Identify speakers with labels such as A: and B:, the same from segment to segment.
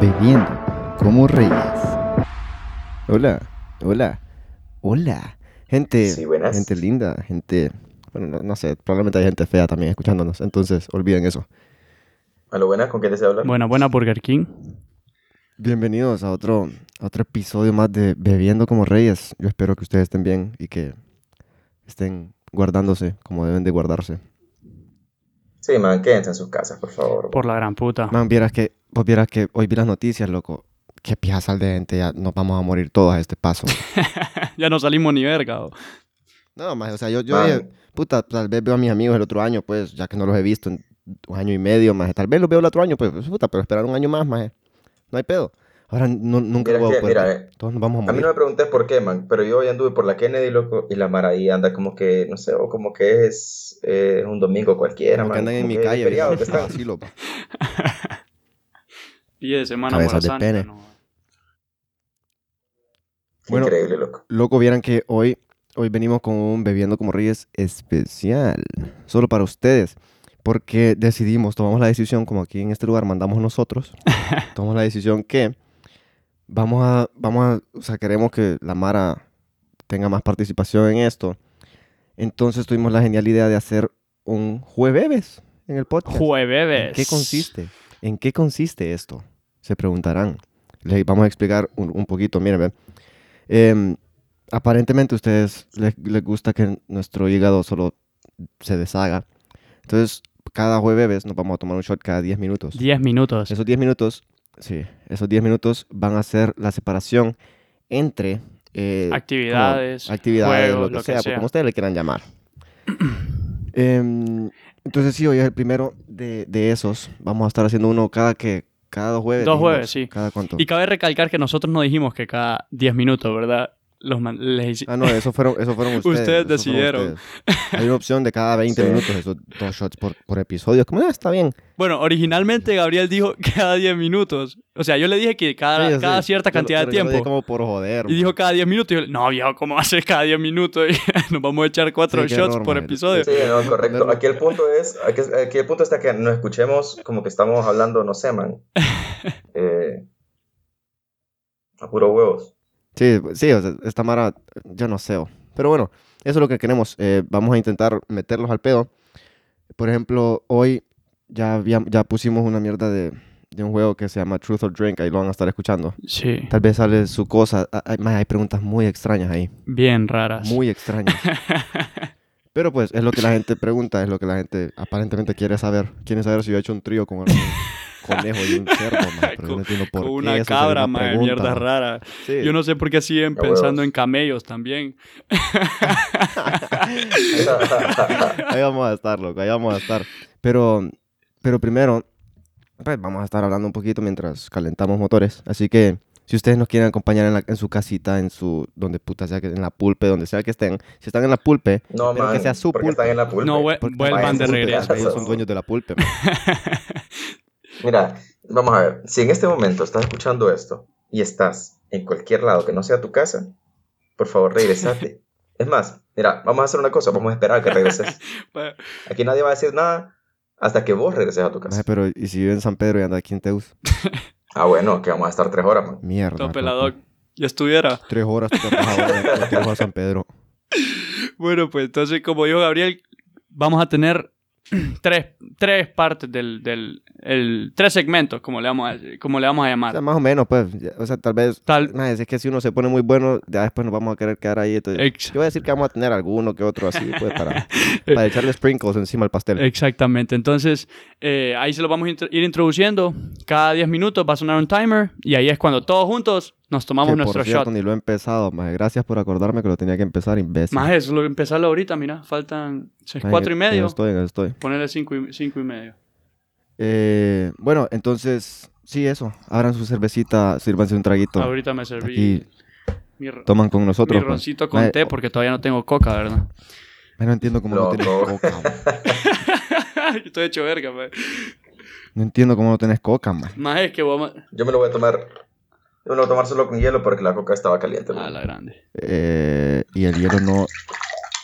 A: bebiendo como reyes. Hola, hola, hola. Gente,
B: Sí, buenas.
A: gente linda, gente... Bueno, no, no sé, probablemente hay gente fea también escuchándonos, entonces olviden eso.
B: A lo buena, ¿con quién desea hablar?
C: Buena, buena Burger King.
A: Bienvenidos a otro, a otro episodio más de Bebiendo como Reyes. Yo espero que ustedes estén bien y que estén guardándose como deben de guardarse.
B: Sí, man, quédense en sus casas, por favor.
C: Por la gran puta.
A: Man, vieras que, vos vieras que hoy vi las noticias, loco. Qué piazal de gente, ya nos vamos a morir todos a este paso.
C: ya no salimos ni verga. o-
A: no, más, o sea, yo, yo
B: Man.
A: dije, puta, tal vez veo a mis amigos el otro año, pues, ya que no los he visto en un año y medio, más. Tal vez los veo el otro año, pues, puta, pero esperar un año más, más. No hay pedo. Ahora no- nunca
B: Mira
A: puedo
B: que- mira, eh,
A: Todos nos vamos a
B: A mí
A: morir.
B: no me preguntes por qué, man, pero yo hoy anduve por la Kennedy, loco, y la Mara ahí anda como que, no sé, o como que es eh, un domingo cualquiera,
A: Como que
B: man.
A: andan en
B: como
A: mi
B: que es
A: calle,
B: feriado, pues,
A: viejo,
B: que están.
A: vacilo, pa.
C: Y de semana
A: Cabezas de
C: morazán, ya
A: pene.
C: no.
A: Bueno,
B: Increíble, loco.
A: Loco, vieran que hoy, hoy venimos con un Bebiendo como Reyes especial, solo para ustedes, porque decidimos, tomamos la decisión, como aquí en este lugar mandamos nosotros, tomamos la decisión que vamos a, vamos a, o sea, queremos que la Mara tenga más participación en esto. Entonces tuvimos la genial idea de hacer un jueves en el podcast.
C: Jueves.
A: ¿En qué consiste? ¿En qué consiste esto? Se preguntarán. Les vamos a explicar un, un poquito. Miren, ve. Em, aparentemente a ustedes les, les gusta que nuestro hígado solo se deshaga. Entonces, cada jueves nos vamos a tomar un shot cada 10 minutos.
C: 10 minutos.
A: Esos 10 minutos, sí, esos 10 minutos van a ser la separación entre... eh,
C: Actividades.
A: como ah, actividades,
C: juegos,
A: lo que sea, pues, como ustedes le quieran llamar. Em, entonces sí, hoy es el primero de, de esos. Vamos a estar haciendo uno cada que cada dos jueves.
C: Dos jueves, sí.
A: Cada cuánto.
C: Y cabe recalcar que nosotros no dijimos que cada 10 minutos, ¿verdad? Los man- les hici-
A: Ah, no, eso fueron, eso fueron ustedes.
C: Ustedes
A: eso fueron
C: decidieron.
A: ustedes. Hay una opción de cada 20
B: Sí.
A: minutos, esos dos shots por, por episodio. Como, ah, está bien.
C: Bueno, originalmente Gabriel dijo cada 10 minutos. O sea, yo le dije que cada,
A: Sí, yo
C: cada
A: sé. Yo
C: cierta
A: lo-
C: cantidad
A: pero
C: de
A: yo lo dije
C: tiempo.
A: como por joder.
C: Y dijo cada 10 minutos. Y yo, no, viejo, ¿cómo haces cada 10 minutos? Y nos vamos a echar cuatro
A: Sí, qué
C: shots
A: error,
C: por
A: man.
C: episodio.
B: Sí, no, correcto. Aquí el punto es, aquí, aquí el punto está que nos escuchemos como que estamos hablando, no sé, man. Eh, a puro huevos.
A: Sí, sí, o sea, esta mara, yo no sé. o. Pero bueno, eso es lo que queremos. eh, vamos a intentar meterlos al pedo. Por ejemplo, hoy ya, había- ya pusimos una mierda de, de un juego que se llama Truth or Drink. Ahí lo van a estar escuchando.
C: Sí,
A: Tal vez sale su cosa. Ah, Hay, mae, hay preguntas muy extrañas ahí.
C: bien raras.
A: Muy extrañas. Pero pues es lo que la gente pregunta, es lo que la gente aparentemente quiere saber. Quieren saber si yo he hecho un trío con algún conejo y un cerdo, mae, pero yo
C: Con-
A: no entiendo por
C: Con
A: qué
C: una
A: eso sería
C: cabra,
A: una
C: madre,
A: pregunta,
C: mierdas
A: mae.
C: raras.
A: Sí.
C: Yo no sé por qué siguen
B: A
C: pensando
B: huevos.
C: en camellos también.
A: Ahí vamos a estar, loco, ahí vamos a estar. Pero, pero primero, pues vamos a estar hablando un poquito mientras calentamos motores. Así que si ustedes nos quieren acompañar en, la- en su casita, en su, donde puta sea que, en la pulpe, donde sea que estén. Si están en la pulpe,
B: No,
A: Espero
B: man,
A: que sea su
B: porque están
A: pulpa.
B: en la pulpa.
C: No vue-
A: porque
C: vuelvan
A: vayan
C: de
A: a la pulpe,
C: regreso.
A: Ellos son dueños de la pulpe. man.
B: Mira, vamos a ver, si en este momento estás escuchando esto y estás en cualquier lado que no sea tu casa, por favor regresate. Es más, mira, vamos a hacer una cosa, vamos a esperar a que regreses.
C: Pa-
B: Aquí nadie va a decir nada hasta que vos regreses a tu
A: Maje,
B: casa.
A: pero ¿y si vive en San Pedro y anda aquí en Teus?
B: Ah, bueno, que vamos a estar tres horas, man.
A: Mierda.
C: Todo
A: loco.
C: pelado. Ya estuviera.
A: Tres horas tú te vas ahora de Teus a San Pedro.
C: Bueno, pues entonces, como dijo Gabriel, vamos a tener tres, tres partes del, del el- tres segmentos, como le vamos a, como le vamos
A: O
C: a
A: sea,
C: llamar.
A: más o menos, pues. ya- O sea, tal vez
C: Ah. Tal,
A: Maje, si es que si uno se pone muy bueno, ya después nos vamos a querer quedar ahí. entonces-
C: ex-
A: yo voy a decir que vamos a tener alguno que otro así, pues, para, para echarle sprinkles encima al pastel.
C: Eh, exactamente. Entonces, eh, ahí se lo vamos a intro- ir introduciendo. Cada 10 minutos va a sonar un timer y ahí es cuando todos juntos nos tomamos
A: que,
C: nuestro
A: por cierto,
C: shot.
A: ni lo he empezado, maje. Gracias por acordarme que lo tenía que empezar, imbécil.
C: Más eso, lo empezarlo ahorita, mira, faltan seis,
A: Maje,
C: cuatro y
A: en- en eso
C: medio.
A: estoy, en eso estoy.
C: Ponerle cinco y, cinco y medio.
A: Eh, bueno, entonces, sí, eso. Abran su cervecita, sírvanse un traguito.
C: Ahorita me serví
A: Aquí
C: mi, ro-
A: toman con nosotros.
C: mi
A: pues.
C: roncito con
A: Maje,
C: té porque todavía no tengo coca, ¿verdad?
A: Ay, no entiendo cómo no,
B: Loco.
A: tenés coca. man.
C: Estoy hecho verga, man.
A: No entiendo cómo no tenés coca, man.
C: Más es que vamos a...
B: Yo me lo voy a tomar, yo me lo voy a tomar solo con hielo porque la coca estaba caliente. man.
C: a Ah, la grande.
A: Eh, y el hielo no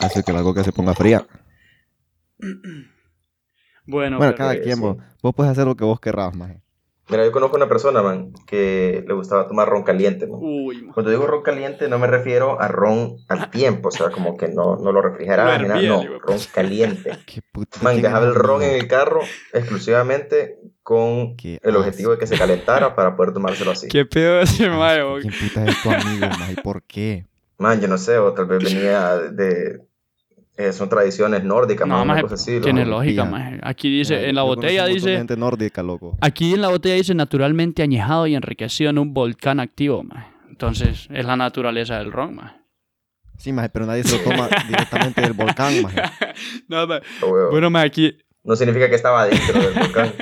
A: hace que la coca se ponga fría. bueno,
C: Bueno, pero-
A: cada
B: eh,
A: quien,
B: sí.
A: vos, vos puedes hacer lo que vos querrás, maje.
B: Mira, yo conozco una persona, man, que le gustaba tomar ron caliente, man.
C: Uy, man.
B: Cuando digo ron caliente no me refiero a ron al tiempo, o sea, como que no, no lo refrigeraba,
C: Lo
B: ni nada,
C: hervía,
B: no,
C: le iba a
B: ron caliente.
A: Qué puta.
B: Man,
A: qué
B: dejaba el
A: gran
B: ron en
A: idea.
B: el carro exclusivamente con
A: Qué Ah,
B: el objetivo de que se calentara para poder tomárselo así.
C: ¿Qué pedo ese
A: asco,
C: mayo?
A: Ah, ¿Quién puta es tu amigo, ma? ¿Y por qué?
B: Man, yo no sé, o tal vez venía de... eh, son tradiciones nórdicas,
C: No,
B: man, una
C: maje,
B: cosa así.
A: tiene
C: Tiene
B: loco.
C: lógica,
A: Pía.
C: maje. Aquí dice,
A: Ay,
C: en la
A: yo conozco
C: botella
A: un montón de
C: dice...
A: gente nórdica, loco.
C: Aquí en la botella dice naturalmente añejado y enriquecido en un volcán activo, maje. Entonces, es la naturaleza del ron, maje.
A: Sí, maje, pero nadie se lo toma directamente del volcán, maje.
C: No, maje.
B: Ah, huevo.
C: Bueno, maje, aquí...
B: No significa que estaba dentro del volcán.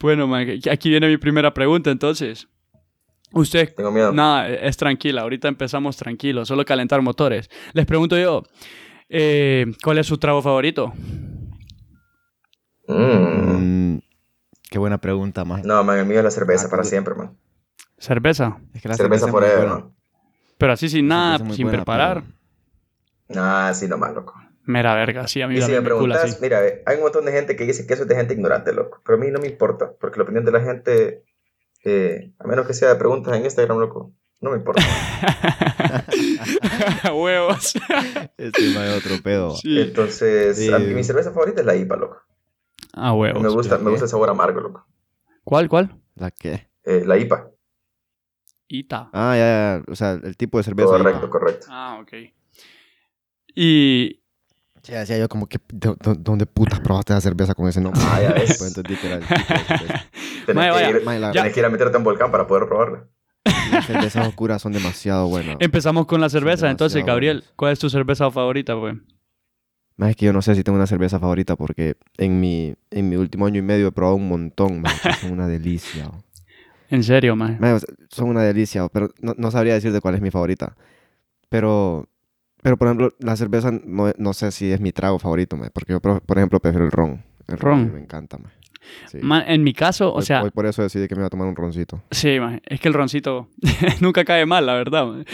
C: Bueno, maje, aquí viene mi primera pregunta, entonces. Usted...
B: Tengo miedo.
C: Nada, es tranquila. Ahorita empezamos tranquilos, solo calentar motores. Les pregunto yo, eh, ¿cuál es su trago favorito?
B: Mm.
A: Mm, qué buena pregunta, maje.
B: No, man, el mío es la cerveza
A: Ah,
B: para
A: tú-
B: siempre, man.
C: Cerveza.
A: Es que la
B: cerveza
A: es muy
B: forever,
A: buena.
B: man.
C: Pero así sin
A: La
C: nada,
A: cerveza es muy
C: sin
A: buena,
C: preparar.
A: pero-
B: Ah, sí, nomás, loco.
C: Mera verga, sí, a mí
B: Y si
C: también
B: me
C: me cula,
B: preguntas,
C: sí.
B: mira, eh, hay un montón de gente que dice que eso es de gente ignorante, loco. Pero a mí no me importa, porque la opinión de la gente, eh, a menos que sea de preguntas en Instagram, loco, no me importa.
C: Huevos.
A: Este maje es otro pedo.
B: eh,
C: Sí.
B: Entonces, a mí
A: Sí.
B: mi cerveza favorita es la IPA, loco.
C: Ah,
B: me
C: huevos.
B: gusta,
A: ¿la
B: me
A: qué?
B: gusta el sabor amargo, loco.
C: ¿Cuál, cuál?
A: ¿La qué?
B: Eh, la IPA,
C: Ita.
A: Ah, ya, ya. O sea, el tipo de cerveza. ahí.
B: correcto, correcto.
C: Ah, ok. Y
A: Sí, decía yo como que... ¿dó- dó- ¿Dónde putas probaste la cerveza con ese nombre?
B: Ah, ya ves.
A: Pues entendí que era el tipo de cerveza.
B: Tenés,
C: Mae, vaya,
B: que ir,
A: Mae, la-
C: Ya.
B: tenés que ir a meterte a un volcán para poder probarla.
A: Las cervezas oscuras son demasiado buenas.
C: empezamos con la cerveza.
A: demasiado
C: Entonces, Gabriel,
A: buenas.
C: ¿cuál es tu cerveza favorita, pues?
A: Más es que yo no sé si tengo una cerveza favorita porque en mi, en mi último año y medio he probado un montón, man, que son una delicia. o.
C: En serio, man.
A: Man, o sea, son una delicia, o, pero no, no sabría decir de cuál es mi favorita. Pero, pero por ejemplo, la cerveza no, no sé si es mi trago favorito, man, porque yo, por por ejemplo, prefiero el ron. El ron. a mí
C: Ron.
A: Me encanta, man. Sí.
C: Man, en mi caso, o
A: Hoy-
C: sea,
A: hoy por eso decidí que me iba a tomar un roncito.
C: Sí, man. es que el roncito nunca cae mal, la verdad. man.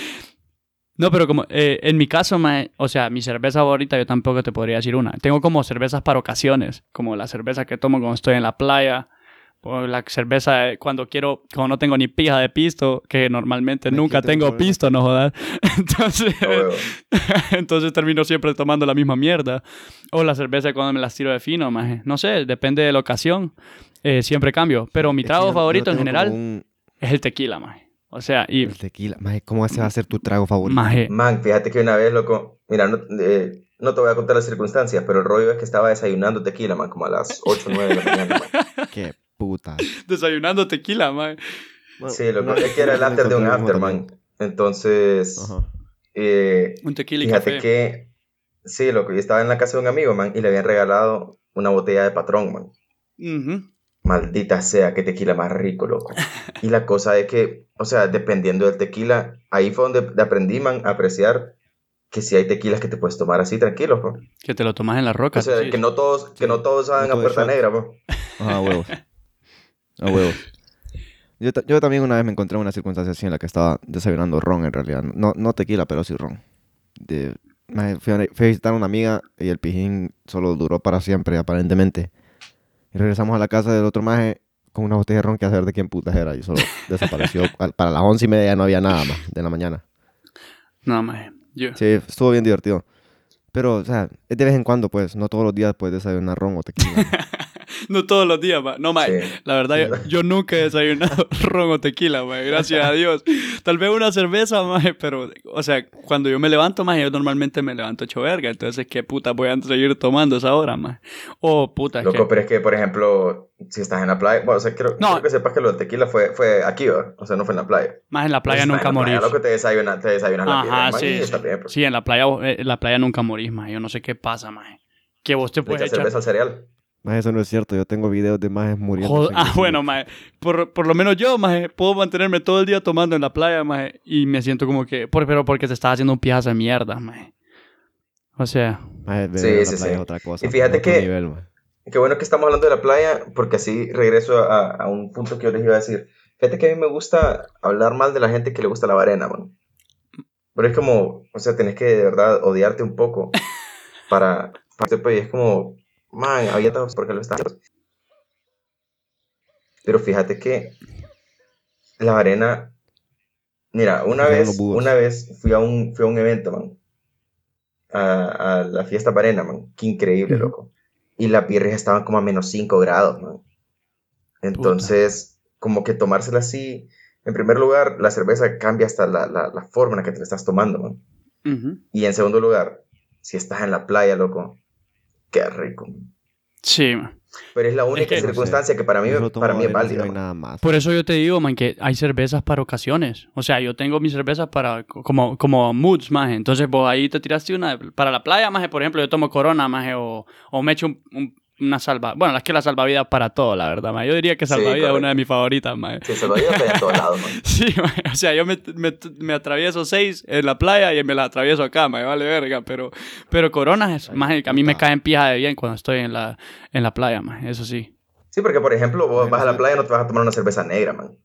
C: No, pero como eh, en mi caso, man, o sea, mi cerveza favorita yo tampoco te podría decir una. Tengo como cervezas para ocasiones, como la cerveza que tomo cuando estoy en la playa, o la cerveza de cuando quiero, cuando no tengo ni pija de pisto, que normalmente
A: Me quita
C: nunca
A: el
C: tengo
A: problema.
C: pisto, no jodas. Entonces,
B: No, huevo.
C: entonces termino siempre tomando la misma mierda. O la cerveza cuando me las tiro de fino, man. no sé, depende de la ocasión. eh, siempre cambio, pero mi
A: Es que
C: trago
A: yo- yo
C: favorito en
A: tengo
C: general
A: como un-
C: es el tequila, maje. O sea, y
A: el tequila. Man, ¿cómo ese va a ser tu trago favorito?
C: maje.
B: Man, fíjate que una vez, loco, mira, no, eh, no te voy a contar las circunstancias, pero el rollo es que estaba desayunando tequila, man, como a las 8 o 9 de la mañana. man.
A: Qué puta.
C: Desayunando tequila, maje.
B: Sí, loco, es que era el after de un after, man. Entonces,
A: Ajá.
B: eh,
C: Un tequila y
B: fíjate
C: café.
B: que, sí, loco, yo estaba en la casa de un amigo, man, y le habían regalado una botella de patrón, man.
C: Ujú.
B: Maldita sea, qué tequila más rico, loco. Y la cosa es que, o sea, dependiendo del tequila, ahí fue donde aprendí, man, a apreciar que si hay tequilas que te puedes tomar así, tranquilo, po.
C: Que te lo tomas en la roca.
B: O sea,
C: sí.
B: que no todos, que no todos saben
A: no
B: a
A: todo es
B: puerta
A: shot.
B: negra, po.
A: Ah, huevos. A huevos. Yo, ta- yo también una vez me encontré en una circunstancia así en la que estaba desayunando ron en realidad. No, no tequila, pero sí ron. De- mae, fui, a, fui a visitar a una amiga y el pijín solo duró para siempre, aparentemente. Y regresamos a la casa del otro maje con una botella de ron que a saber de quién putas era. Y solo desapareció. Al- para las once y media ya no había nada más de la mañana.
C: No, maje. Yo-
A: Sí, estuvo bien divertido. Pero, o sea, es de vez en cuando, pues. No todos los días puedes desayunar ron o tequila.
C: No todos los días, maje. No, maje.
B: Sí.
C: La verdad, yo, yo nunca he desayunado ron o tequila, maje. Gracias a Dios. Tal vez una cerveza, maje, pero, o sea, cuando yo me levanto, maje, yo normalmente me levanto hecho verga. Entonces, ¿qué puta voy a seguir tomando esa hora, maje? Oh, puta, es que...
B: Loco, pero es que, por ejemplo, si estás en la playa, bueno, o sea, quiero,
C: No.
B: quiero que sepas que lo de tequila fue, fue aquí, ¿va? O sea, no fue en la playa.
C: Maje, en la playa
B: Entonces,
C: nunca
B: en la playa,
C: morís.
B: Loco, te desayunas, te desayunas la piedra,
C: Ajá,
B: man,
C: sí.
B: y
C: sí.
B: está bien, pues.
C: Sí, en la playa, vos- eh, en la playa nunca morís, maje. Yo no sé qué pasa, maje. Que vos te
B: Le echas
C: puedes echar...
B: cerveza al cereal.
A: Más eso no es cierto, yo tengo videos de majes muriendo.
C: Joder, ah, bueno,
A: más.
C: maje. Por, por lo menos yo, maje, puedo mantenerme todo el día tomando en la playa, maje. Y me siento como que... por- pero porque te estás haciendo un pijazo de mierda, maje. O sea...
A: sí,
B: Sí, sí,
A: sí,
B: sí.
A: Es otra cosa.
B: Y fíjate
A: otro
B: que-
A: nivel, mae.
B: Qué bueno que estamos hablando de la playa, porque así regreso a, a un punto que yo les iba a decir. Fíjate que a mí me gusta hablar mal de la gente que le gusta la arena, man. Pero es como, o sea, tenés que de verdad odiarte un poco para... para pues, y es como, man, había porque lo estás... Pero fíjate que la arena. Mira, una
A: Son
B: vez,
A: los búhos.
B: una vez fui a un, fui a un evento, man. A, a la fiesta Barena, man. Qué increíble,
C: Ujú.
B: loco. Y las birrias estaban como a menos 5 grados, man. Entonces, como que tomársela así. En primer lugar, la cerveza cambia hasta la, la, la forma en la que te la estás tomando, man.
C: Ujú.
B: Y en segundo lugar, si estás en la playa, loco, qué rico. man.
C: Sí, man.
B: Pero es la única
C: que-
B: circunstancia que para mí,
A: Yo solo tomo
B: para mí es
A: arenas y
B: válida.
A: No hay
B: man.
A: nada más.
C: Por eso yo te digo, man, que hay cervezas para ocasiones. O sea, yo tengo mis cervezas para, como, como moods, maje. Entonces, vos ahí te tiraste una para la playa, maje. Por ejemplo, yo tomo Corona, maje, o, o me echo un- un- una salva... Bueno, es que la salvavidas para todo, la verdad, maje. Yo diría que
B: Sí,
C: salvavidas es
B: correcto.
C: una de mis favoritas, maje.
B: Sí, se lo digo que a todos lados, man.
C: Sí, maje, o sea, yo me, me- me atravieso seis en la playa y me las atravieso acá, me vale verga, pero, pero coronas, es, maje, que a mí me
A: puta.
C: caen pija de bien cuando estoy en la, en la playa, maje, eso sí.
B: Sí, porque por ejemplo, vos
A: Bueno,
B: vas a la
A: sí.
B: playa y no te vas a tomar una cerveza negra, man.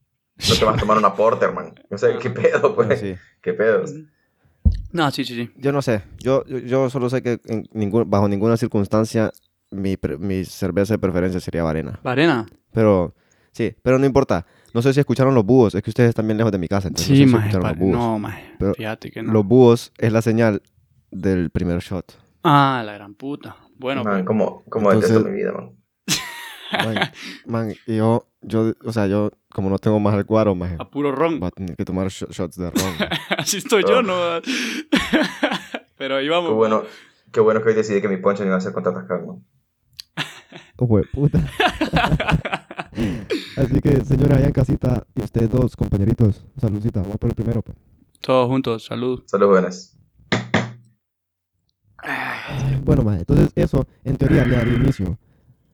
B: No te vas a tomar una porter, man. O sea, ¿qué
C: Ajá.
B: pedo,
A: Bueno,
B: pues?
A: sí.
B: ¿Qué pedo?
C: No, sí, sí, sí.
A: Yo no sé. Yo, yo- yo solo sé que en ningún- bajo ninguna circunstancia mi, pre- mi cerveza de preferencia sería Varena.
C: Varena.
A: Pero sí, pero no importa. No sé si escucharon los búhos. Es que ustedes están bien lejos de mi casa. Entonces no
C: Sí,
A: sé si
C: maje,
A: escucharon
C: pa-
A: los búhos.
C: no, maje,
A: Pero
C: fíjate que no.
A: Los búhos es la señal del primer shot.
C: Ah, la gran puta. Bueno,
B: Man,
C: pues,
B: como, como
A: Entonces-
B: detesto mi vida, man.
A: Man, man, y yo, yo, o sea, yo como no tengo más el cuadro, más
C: a puro ron.
A: voy a tener que tomar sho- shots de ron. man.
C: Así estoy yo, no. pero ahí
B: Qué
C: vamos.
B: bueno, qué bueno que hoy decidí que mi poncho no iba a ser con tantas calmas.
D: Hue puta. Así que, señora allá en casita, y ustedes dos, compañeritos, saludcita, vamos por el primero. pues.
C: Todos juntos, salud.
B: Saludos, jóvenes.
D: Bueno, maje, entonces eso, en teoría, le daría inicio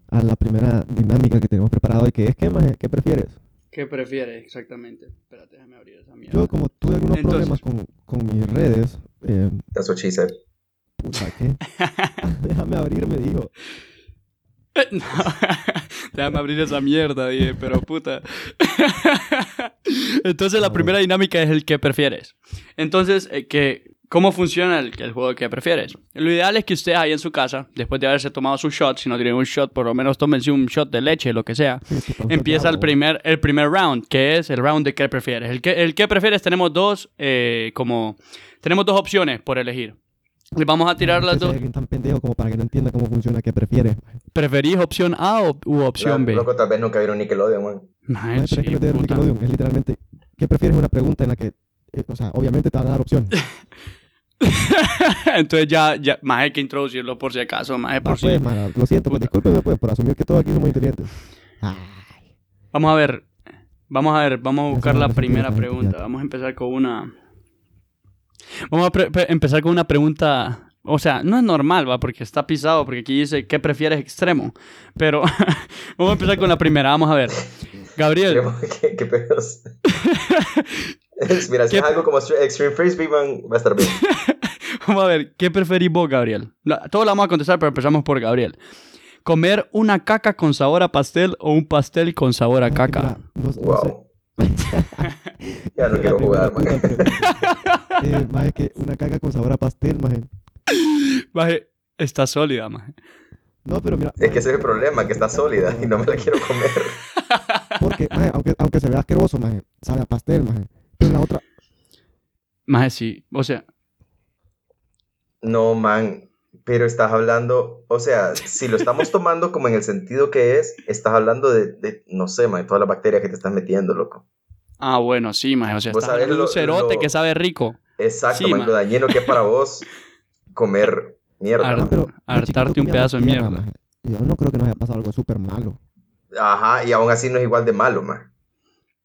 D: a la primera dinámica que tenemos preparado y que es, ¿qué, maje? ¿Qué prefieres?
C: ¿Qué prefieres exactamente? Espérate, déjame abrir esa mierda.
D: Yo, como tuve algunos
C: Entonces.
D: problemas con, con mis redes, eh,
B: That's what she said.
D: puta, ¿qué? Déjame abrir, me dijo.
C: No. Déjame abrir esa mierda, dije, pero puta. Entonces la primera dinámica es el que prefieres. Entonces, eh, que, ¿cómo funciona el, el juego de que prefieres? Lo ideal es que ustedes ahí en su casa, después de haberse tomado su shot, si no tienen un shot, por lo menos tómense un shot de leche, lo que sea.
D: Sí, sí, pausa,
C: Empieza
D: ya,
C: el
D: bo.
C: primer, el primer round, que es el round de qué prefieres. El que, el qué prefieres tenemos dos, eh, como, tenemos dos opciones por elegir. Les vamos a tirar
D: Usted
C: las
D: sea
C: dos.
D: alguien tan pendejo como para que no entienda cómo funciona, ¿qué prefieres? maje.
C: ¿Preferís opción A o, u opción B?
B: Loco, tal vez nunca vieron Nickelodeon, man.
C: Maje,
D: Maje, pero es que
C: sí,
D: no es de
C: puta.
D: Nickelodeon, es literalmente, ¿qué prefieres? Una pregunta en la que, eh, o sea, obviamente te van a dar opciones. Ah,
C: Entonces ya, ya, más hay que introducirlo por si acaso, más
D: Ah,
C: por si.
D: pues, mano, lo siento, pues,
C: Puta.
D: discúlpeme pues, por asumir que todos aquí somos inteligentes.
C: Vamos a ver, vamos a ver, vamos a
D: Ya
C: buscar
D: se me
C: la
D: repitió
C: primera
D: la cantidad.
C: pregunta. Vamos a empezar con una. Vamos a pre- pre- empezar con una pregunta. O sea, no es normal, va, porque está pisado, porque aquí dice ¿qué prefieres extremo? Pero vamos a empezar con la primera, vamos a ver. Gabriel,
B: ¿Qué, qué pedos? Es- Mira, si
C: ¿Qué
B: es
C: pe-
B: algo como Extre- Extreme Frisbee, man, va a estar bien.
C: Vamos a ver, ¿qué preferís vos, Gabriel? La- Todos la vamos a contestar, pero empezamos por Gabriel. ¿Comer una caca con sabor a pastel o un pastel con sabor a caca?
D: Mira, no- no sé.
B: Wow. Ya no
D: La
B: quiero
D: primera
B: jugar, man.
D: puta pregunta. Eh, maje, que una caca con sabor a pastel, maje.
C: Maje, está sólida, maje.
D: No, pero mira.
B: Es que ese es el problema, que está sólida y no me la quiero comer.
D: Porque, maje, aunque, aunque se vea asqueroso, maje, sabe a pastel, maje. Pero la otra,
C: Maje, sí. O sea,
B: No, man, pero estás hablando, o sea, si lo estamos tomando como en el sentido que es, estás hablando de, de, no sé, man, todas las bacterias que te estás metiendo, loco.
C: ah, bueno, sí, maje. O sea,
B: Vos
C: está
B: sabés
C: hablando de un
B: lo-
C: cerote
B: lo-
C: que sabe rico.
B: Exacto,
C: Sí,
B: man, lo
C: man.
B: dañino que es para vos comer mierda.
C: Ar-
D: no,
B: man.
D: pero.
C: Hartarte
D: el chiquito
C: un
D: comía
C: pedazo de
D: tierra,
C: mierda.
D: maje. Yo no creo que nos haya pasado algo súper malo.
B: Ajá, y aún así no es igual de malo, man.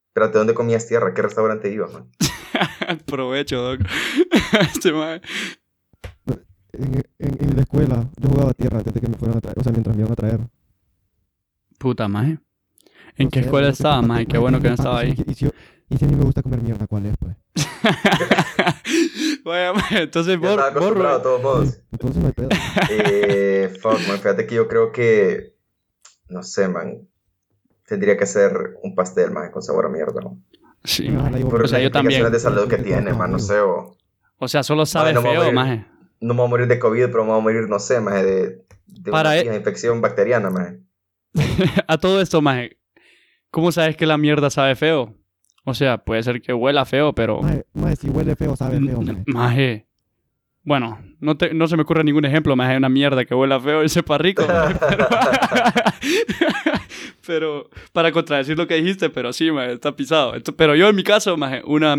B: Espérate, ¿dónde comías tierra? ¿Qué restaurante ibas, man?
C: Provecho, doc. este maje.
D: En, en- en la escuela, yo jugaba tierra antes de que me fueran a traer. O sea, mientras me iban a traer.
C: Puta, maje. ¿En
D: No
C: qué
D: sé,
C: escuela
D: no sé,
C: estaba,
D: puta,
C: maje? Qué
D: maje,
C: bueno que no
D: mi
C: estaba
D: papá,
C: ahí.
D: sí, Y si, yo- y si a mí me gusta comer mierda, ¿cuál es, pues?
C: Bueno, maje, entonces
B: Yo
C: vos,
B: estaba
C: vos,
B: acostumbrado a
C: Rubén.
B: todos modos.
D: Entonces no hay pedo.
B: Eh, fuck, man, fíjate que yo creo que, no sé, man, tendría que hacer un pastel, man, con sabor a mierda, man.
C: Sí,
D: Ojalá
C: maje.
D: y "Pues, vos-
B: Por
C: O sea,
B: las
C: yo también.
B: implicaciones de salud que
D: Sí,
B: tiene,
D: claro,
B: man, no
D: amigo.
B: sé, o...
C: O sea, solo sabe
B: no me voy a
C: feo,
B: ir.
C: maje.
B: No me voy a morir de COVID, pero me voy a morir, no sé, maje, de, de
C: Para
B: una
C: e-
B: fija infección bacteriana, maje.
C: A todo esto, maje. ¿Cómo sabes que la mierda sabe feo? O sea, puede ser que huela feo, pero...
D: Mae, mae, si huele feo, sabe feo, mae.
C: Maje. Bueno, no, te- no se me ocurre ningún ejemplo, maje, una mierda que huela feo y sepa rico. maje, pero... pero para contradecir lo que dijiste, pero sí, maje, está pisado. Esto- pero yo en mi caso, maje, una...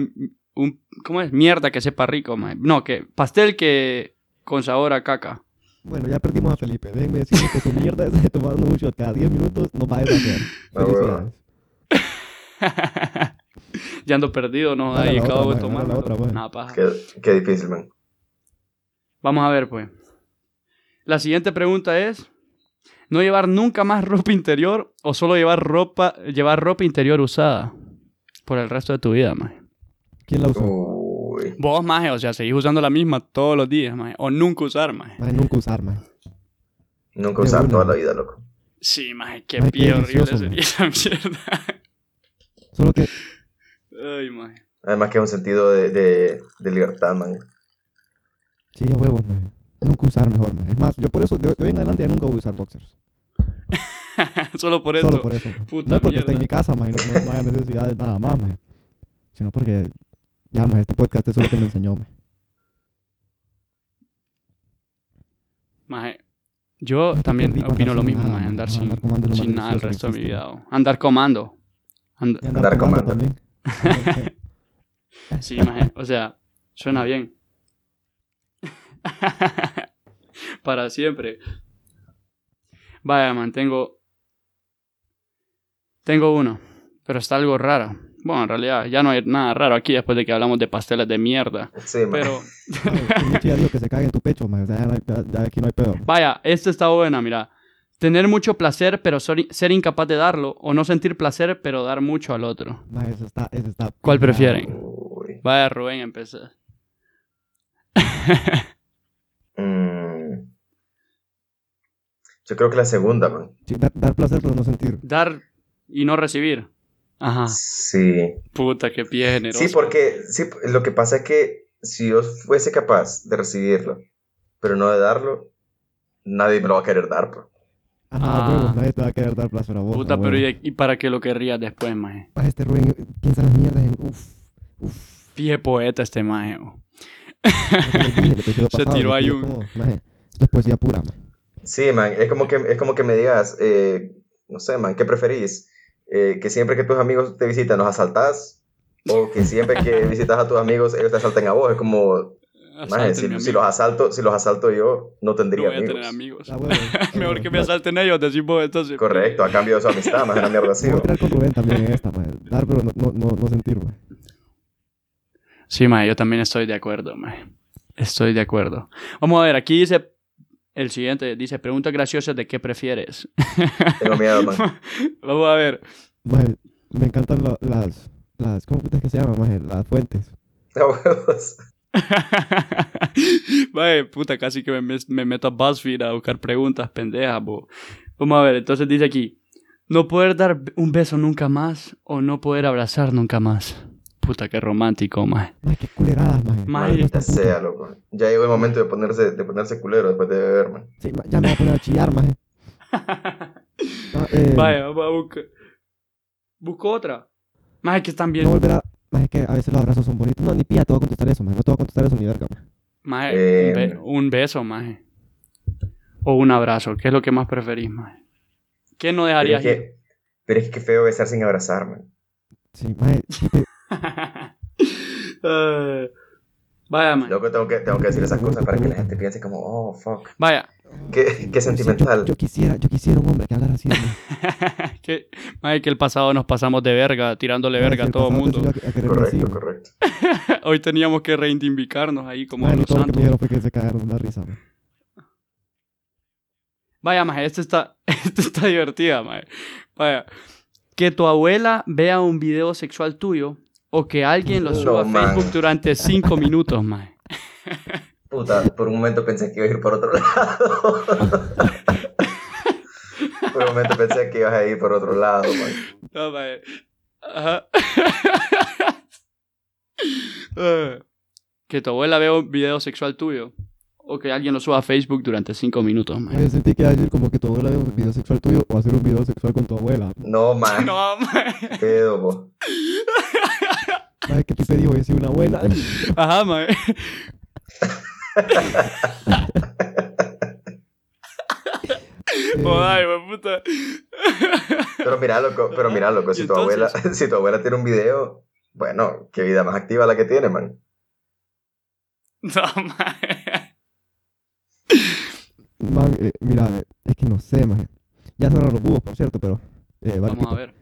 C: Un, ¿Cómo es? Mierda que sepa rico, maje. No, que pastel que con sabor a caca.
D: Bueno, ya perdimos a Felipe. Déjenme decirle que su mierda es de tomar un shot cada 10 minutos, nos va a deshacer.
B: Ah, bueno.
D: Felicidades.
C: ya ando perdido, no,
D: Dale
C: ahí
D: la
C: acabo de
D: otra, maje,
C: tomar.
D: dale la otra, maje.
C: Nada, paja.
B: Qué, qué difícil, man.
C: Vamos a ver, pues. La siguiente pregunta es: ¿No llevar nunca más ropa interior o solo llevar ropa, llevar ropa interior usada por el resto de tu vida, maje?
D: ¿Quién la
B: Uh.
D: usó?
B: Uy.
C: Vos, maje, o sea, seguís usando la misma todos los días, maje. O nunca usar, maje.
D: Mae, nunca usar, mae.
B: Nunca
D: De
B: usar
D: una.
B: toda la vida, loco.
C: Sí, maje, qué
D: Ay, qué
C: pie horrible
D: delicioso,
C: sería
D: maje.
C: esa mierda.
D: Solo que
C: Ay, maje.
B: Además que es un sentido de, de, de libertad, man.
D: Sí, a huevos, mae. Nunca usar mejor, mae. Es más, yo por eso, de de hoy en adelante, ya nunca voy a usar boxers.
C: solo por eso.
D: Solo por eso. mae.
C: Puta
D: no es porque esté
C: mierda.
D: en mi casa, mae. No, no haya necesidad de nada más, mae. Sino porque, ya, mae, este podcast es lo que me enseñó, mae.
C: Maje, Yo también
D: Perdí
C: opino
D: cuando
C: lo
D: sin
C: mismo,
D: nada,
C: maje. Andar
D: mae.
C: sin,
D: Andar comando lo más
C: sin nada el
D: delicioso que
C: resto de mi
D: existe.
C: vida. o Andar comando. And-
D: Y
B: Andar comando.
D: tomando también.
C: Sí, maje, o sea, suena bien. Para siempre. Vaya, man, tengo... Tengo uno, pero está algo raro. Bueno, en realidad ya no hay nada raro aquí después de que hablamos de pasteles de mierda.
B: Sí, man.
C: Pero,
D: Mae, Nietzsche ya dijo que se cague en tu pecho, mae. O sea, ya, no hay- ya- ya aquí no hay pedo. mae.
C: vaya, esta está buena, mira. Tener mucho placer, pero ser ser incapaz de darlo, o no sentir placer, pero dar mucho al otro.
D: Mae, eso está, eso está.
C: ¿Cuál prefieren?
B: Uy.
C: Vaya, Rubén, empezar.
B: Mm. Yo creo que la segunda, man.
D: Sí, dar, dar placer pero no sentir.
C: Dar y no recibir. Ajá.
B: Sí.
C: Puta, qué pie generoso.
B: Sí, porque sí, lo que pasa es que si yo fuese capaz de recibirlo, pero no de darlo, nadie me lo va a querer dar, pues.
D: Ajá,
C: Ah.
D: huevos, nadie te va a querer dar placer a vos. a
C: Puta, pero
D: huevos.
C: ¿y, y para qué lo querrías después, maje?
D: Mae, este Rubén piensa las mierdas en. Uf, uf.
C: Pie poeta este maje. bo. Se
D: Se
C: tiró ahí un-
D: Esto es poesía pura, man.
B: Sí, man, es como que, es como que me digas, eh, no sé, man, ¿qué preferís? Eh, ¿que siempre que tus amigos te visitan los asaltás? ¿O que siempre que visitas a tus amigos ellos te asalten a vos? Es como, maje,
C: Asáltenme,
B: si,
C: amigo.
B: si los asalto, si los asalto yo, no
C: No
B: tendría
C: voy a
B: amigos.
C: tener amigos.
D: Ah, huevos.
C: Mejor que me asalten ellos, decimos entonces.
B: Correcto, a cambio de su amistad, más una mierda así.
D: Me voy a
B: ¿no?
D: tirar con Rubén también en esta, man. Dar, pero no, no, no, no sentir, man.
C: Sí, maje, yo también estoy de acuerdo, maje. Estoy de acuerdo. Vamos a ver, aquí dice... El siguiente dice, preguntas graciosas de qué prefieres.
B: Tengo miedo, man.
C: Vamos a ver.
D: Man, me encantan la- las. las ¿Cómo putas que se llaman, man? Las fuentes.
B: A huevos.
C: Vaya, puta, casi que me, mes- me meto a BuzzFeed a buscar preguntas pendejas, bo. Vamos a ver, entonces dice aquí: No poder dar un beso nunca más o no poder abrazar nunca más. Puta, qué romántico, mae.
D: Man, qué culeradas, man.
C: Mae.
B: Maldita sea, loco. Ya llegó el momento de ponerse, de ponerse culero después de beber, man.
D: Sí, man, ya me voy a poner a chillar, man. No, eh,
C: Vaya, vamos a buscar. Busco otra. Mae, que están bien.
D: No volver a. Man, es que a veces los abrazos son bonitos. No, ni pía, te voy a contestar eso, man. No te voy a contestar eso ni verga, man.
C: Mae,
B: Eh,
C: un, be- un beso, mae. O un abrazo, ¿qué es lo que más preferís, mae? ¿Qué no
B: Pero es,
C: dejarías ir?
B: que, pero es que qué feo besar sin abrazar, man.
D: Sí, man.
C: Eh, Vaya, mae.
B: Loco, tengo que, tengo que decir esas cosas para que la gente piense como, oh, fuck.
C: Vaya.
B: Qué, qué
D: Sí,
B: sentimental.
D: Yo, yo quisiera, yo quisiera un hombre que hablara así. man.
C: que, mae, que el pasado nos pasamos de verga, tirándole verga a
D: Sí,
C: todo el
D: pasaba
C: mundo.
D: atención a- a quererme así,
B: Correcto,
D: man.
B: correcto.
C: Hoy teníamos que reivindicarnos ahí como
D: Madre,
C: los
D: todo lo que me
C: santos.
D: dijeron fue que se cagaron de la risa. man.
C: Vaya, mae, este está, este está divertida, mae. Vaya. Que tu abuela vea un video sexual tuyo o que alguien lo
B: No,
C: suba a
B: mae.
C: Facebook durante cinco minutos, mae.
B: Puta, por un momento pensé que iba a ir por otro lado. por un momento pensé que ibas a ir por otro lado, man.
C: No, mae. Ajá. Eh, que tu abuela vea un video sexual tuyo o que alguien lo suba a Facebook durante cinco minutos, mae.
D: Yo sentí que iba a decir como que tu abuela ve un video sexual tuyo o hacer un video sexual con tu abuela.
B: No, man.
C: No, mae.
B: Pedo, bo.
D: Ay, ¿qué te digo? Yo soy una abuela.
C: Ajá, mae. Ay, mae, puta.
B: Pero mira, loco, pero mira, loco, si tu, abuela,
C: Entonces-
B: si tu abuela tiene un video, bueno, qué vida más activa la que tiene, man.
C: No, mae.
D: Man, eh, mira, eh, es que no sé, man. Ya cerraron los búhos, por cierto, pero. eh, vale
C: Vamos a
D: pito.
C: ver.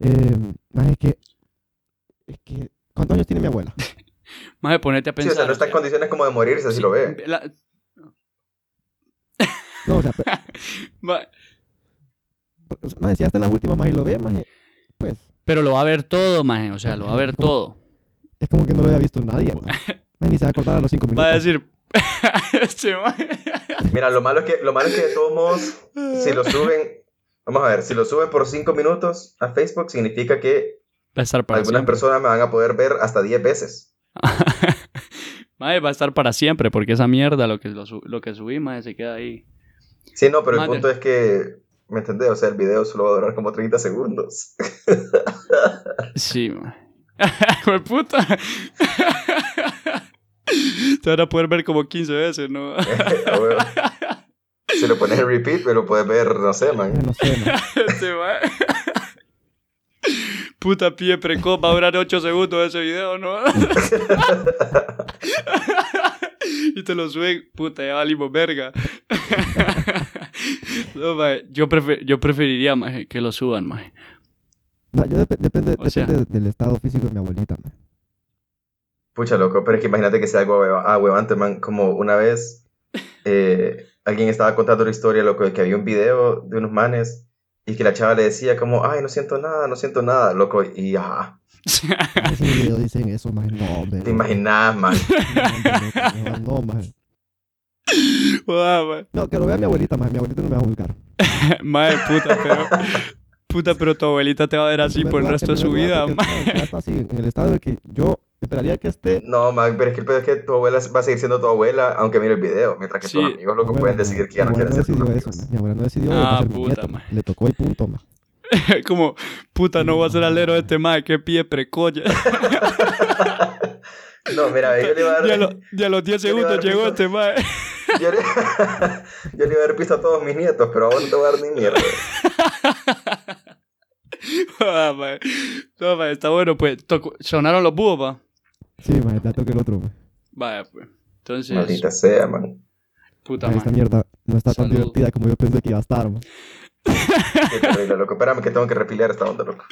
D: Eh, man, es que. Es que. ¿Cuántos años tiene mi abuela?
C: Mae, ponete a
B: Sí,
C: pensar. eh,
B: o sea, no está en
C: o sea,
B: condiciones como de morirse si lo ve.
C: la-
D: No, o sea, pe-
C: mae,
D: o sea, man, si hasta en la última, man, y lo ve, man, eh, pues.
C: Pero lo va a ver todo, mae. O sea, lo va a ver
D: ¿Cómo?
C: todo.
D: Es como que no lo había visto nadie, man. Man, ni se va a acordar a los cinco minutos.
C: Va a decir. Este, mae.
B: Mira, lo malo es que, lo malo es que de todos modos, si lo suben, vamos a ver, si lo suben por 5 minutos a Facebook, significa que
C: Va a estar para
B: algunas
C: siempre.
B: personas me van a poder ver hasta 10 veces.
C: Mae, va a estar para siempre, porque esa mierda, lo que, lo, su- lo que subí, mae, se queda ahí.
B: Sí, no, pero el
C: Madre.
B: punto es que, ¿me entendés? O sea, el video solo va a durar como 30 segundos.
C: Sí, mae. Hijo de puta. Te van a poder ver como 15 veces, ¿no?
B: A huevo. si lo pones en repeat, pero lo puedes ver, no sé,
D: Man,
B: man.
D: no sé, man.
C: Este, mae. Puta pie precoz, va a durar 8 segundos ese video, ¿no? y te lo suben, puta, ya valimos verga. no, mae, yo, prefe- yo preferiría, mae, que lo suban, mae.
D: No, yo dep- depende,
C: O sea-
D: depende del estado físico de mi abuelita, man.
B: Pucha, loco, pero es que imagínate que sea algo ahue- ahuevante, man. Como una vez eh, alguien estaba contando la historia, loco, de que había un video de unos manes y que la chava le decía como, ay, no siento nada, no siento nada, loco. Y ajá,
D: Ese video dicen eso, man. No, hombre.
B: te imaginas, man.
D: No, hombre, no, no, man.
C: Guau, mae.
D: No, que lo vea mi abuelita, man. Mi abuelita no me va a juzgar.
C: Mae, puta, pero. Puta, pero tu abuelita te va a ver así
D: En
C: Ah, por el
D: primer
C: resto de
D: lugar- en
C: su
D: primer
C: vida,
D: lugar,
C: mae.
D: porque está- está así, en el estado en el que yo esperaría que este esté.
B: No, man, pero es que el pedo es que tu abuela va a seguir siendo tu abuela aunque mire el video, mientras que tus
C: Sí.
B: amigos, loco,
D: Bueno,
B: pueden decidir que ya no
D: mi abuela
B: quieren ser tus
D: decidió eso,
B: amigos.
D: ma. Mi abuela no decidió.
C: Ah,
D: iba a ser mi
C: puta,
D: nieto,
C: ma.
D: Le tocó y punto, ma.
C: Como, puta, no voy a ser alero de este mae, qué pie precoz. Ya,
B: No, mira, yo le iba a dar...
C: ya a lo- ya a los 10
B: Yo le iba a
C: segundos
B: dar
C: llegó
B: piso.
C: este mae.
B: Yo le, yo le iba a dar pisto a todos mis nietos, pero ahora no te voy a dar ni mierda.
C: Ah, mae. No, mae, está bueno, pues. tocó- sonaron los búhos, pa.
D: Sí, ma, ya toca el otro, ma.
C: Vaya, pues. Entonces,
B: Maldita sea, man.
C: puta
D: Esta
C: mae.
D: mierda no está tan
C: Salud.
D: divertida como yo pensé que iba a estar, ma.
B: Qué terrible, loco. Espérame que tengo que repilear esta onda, loco.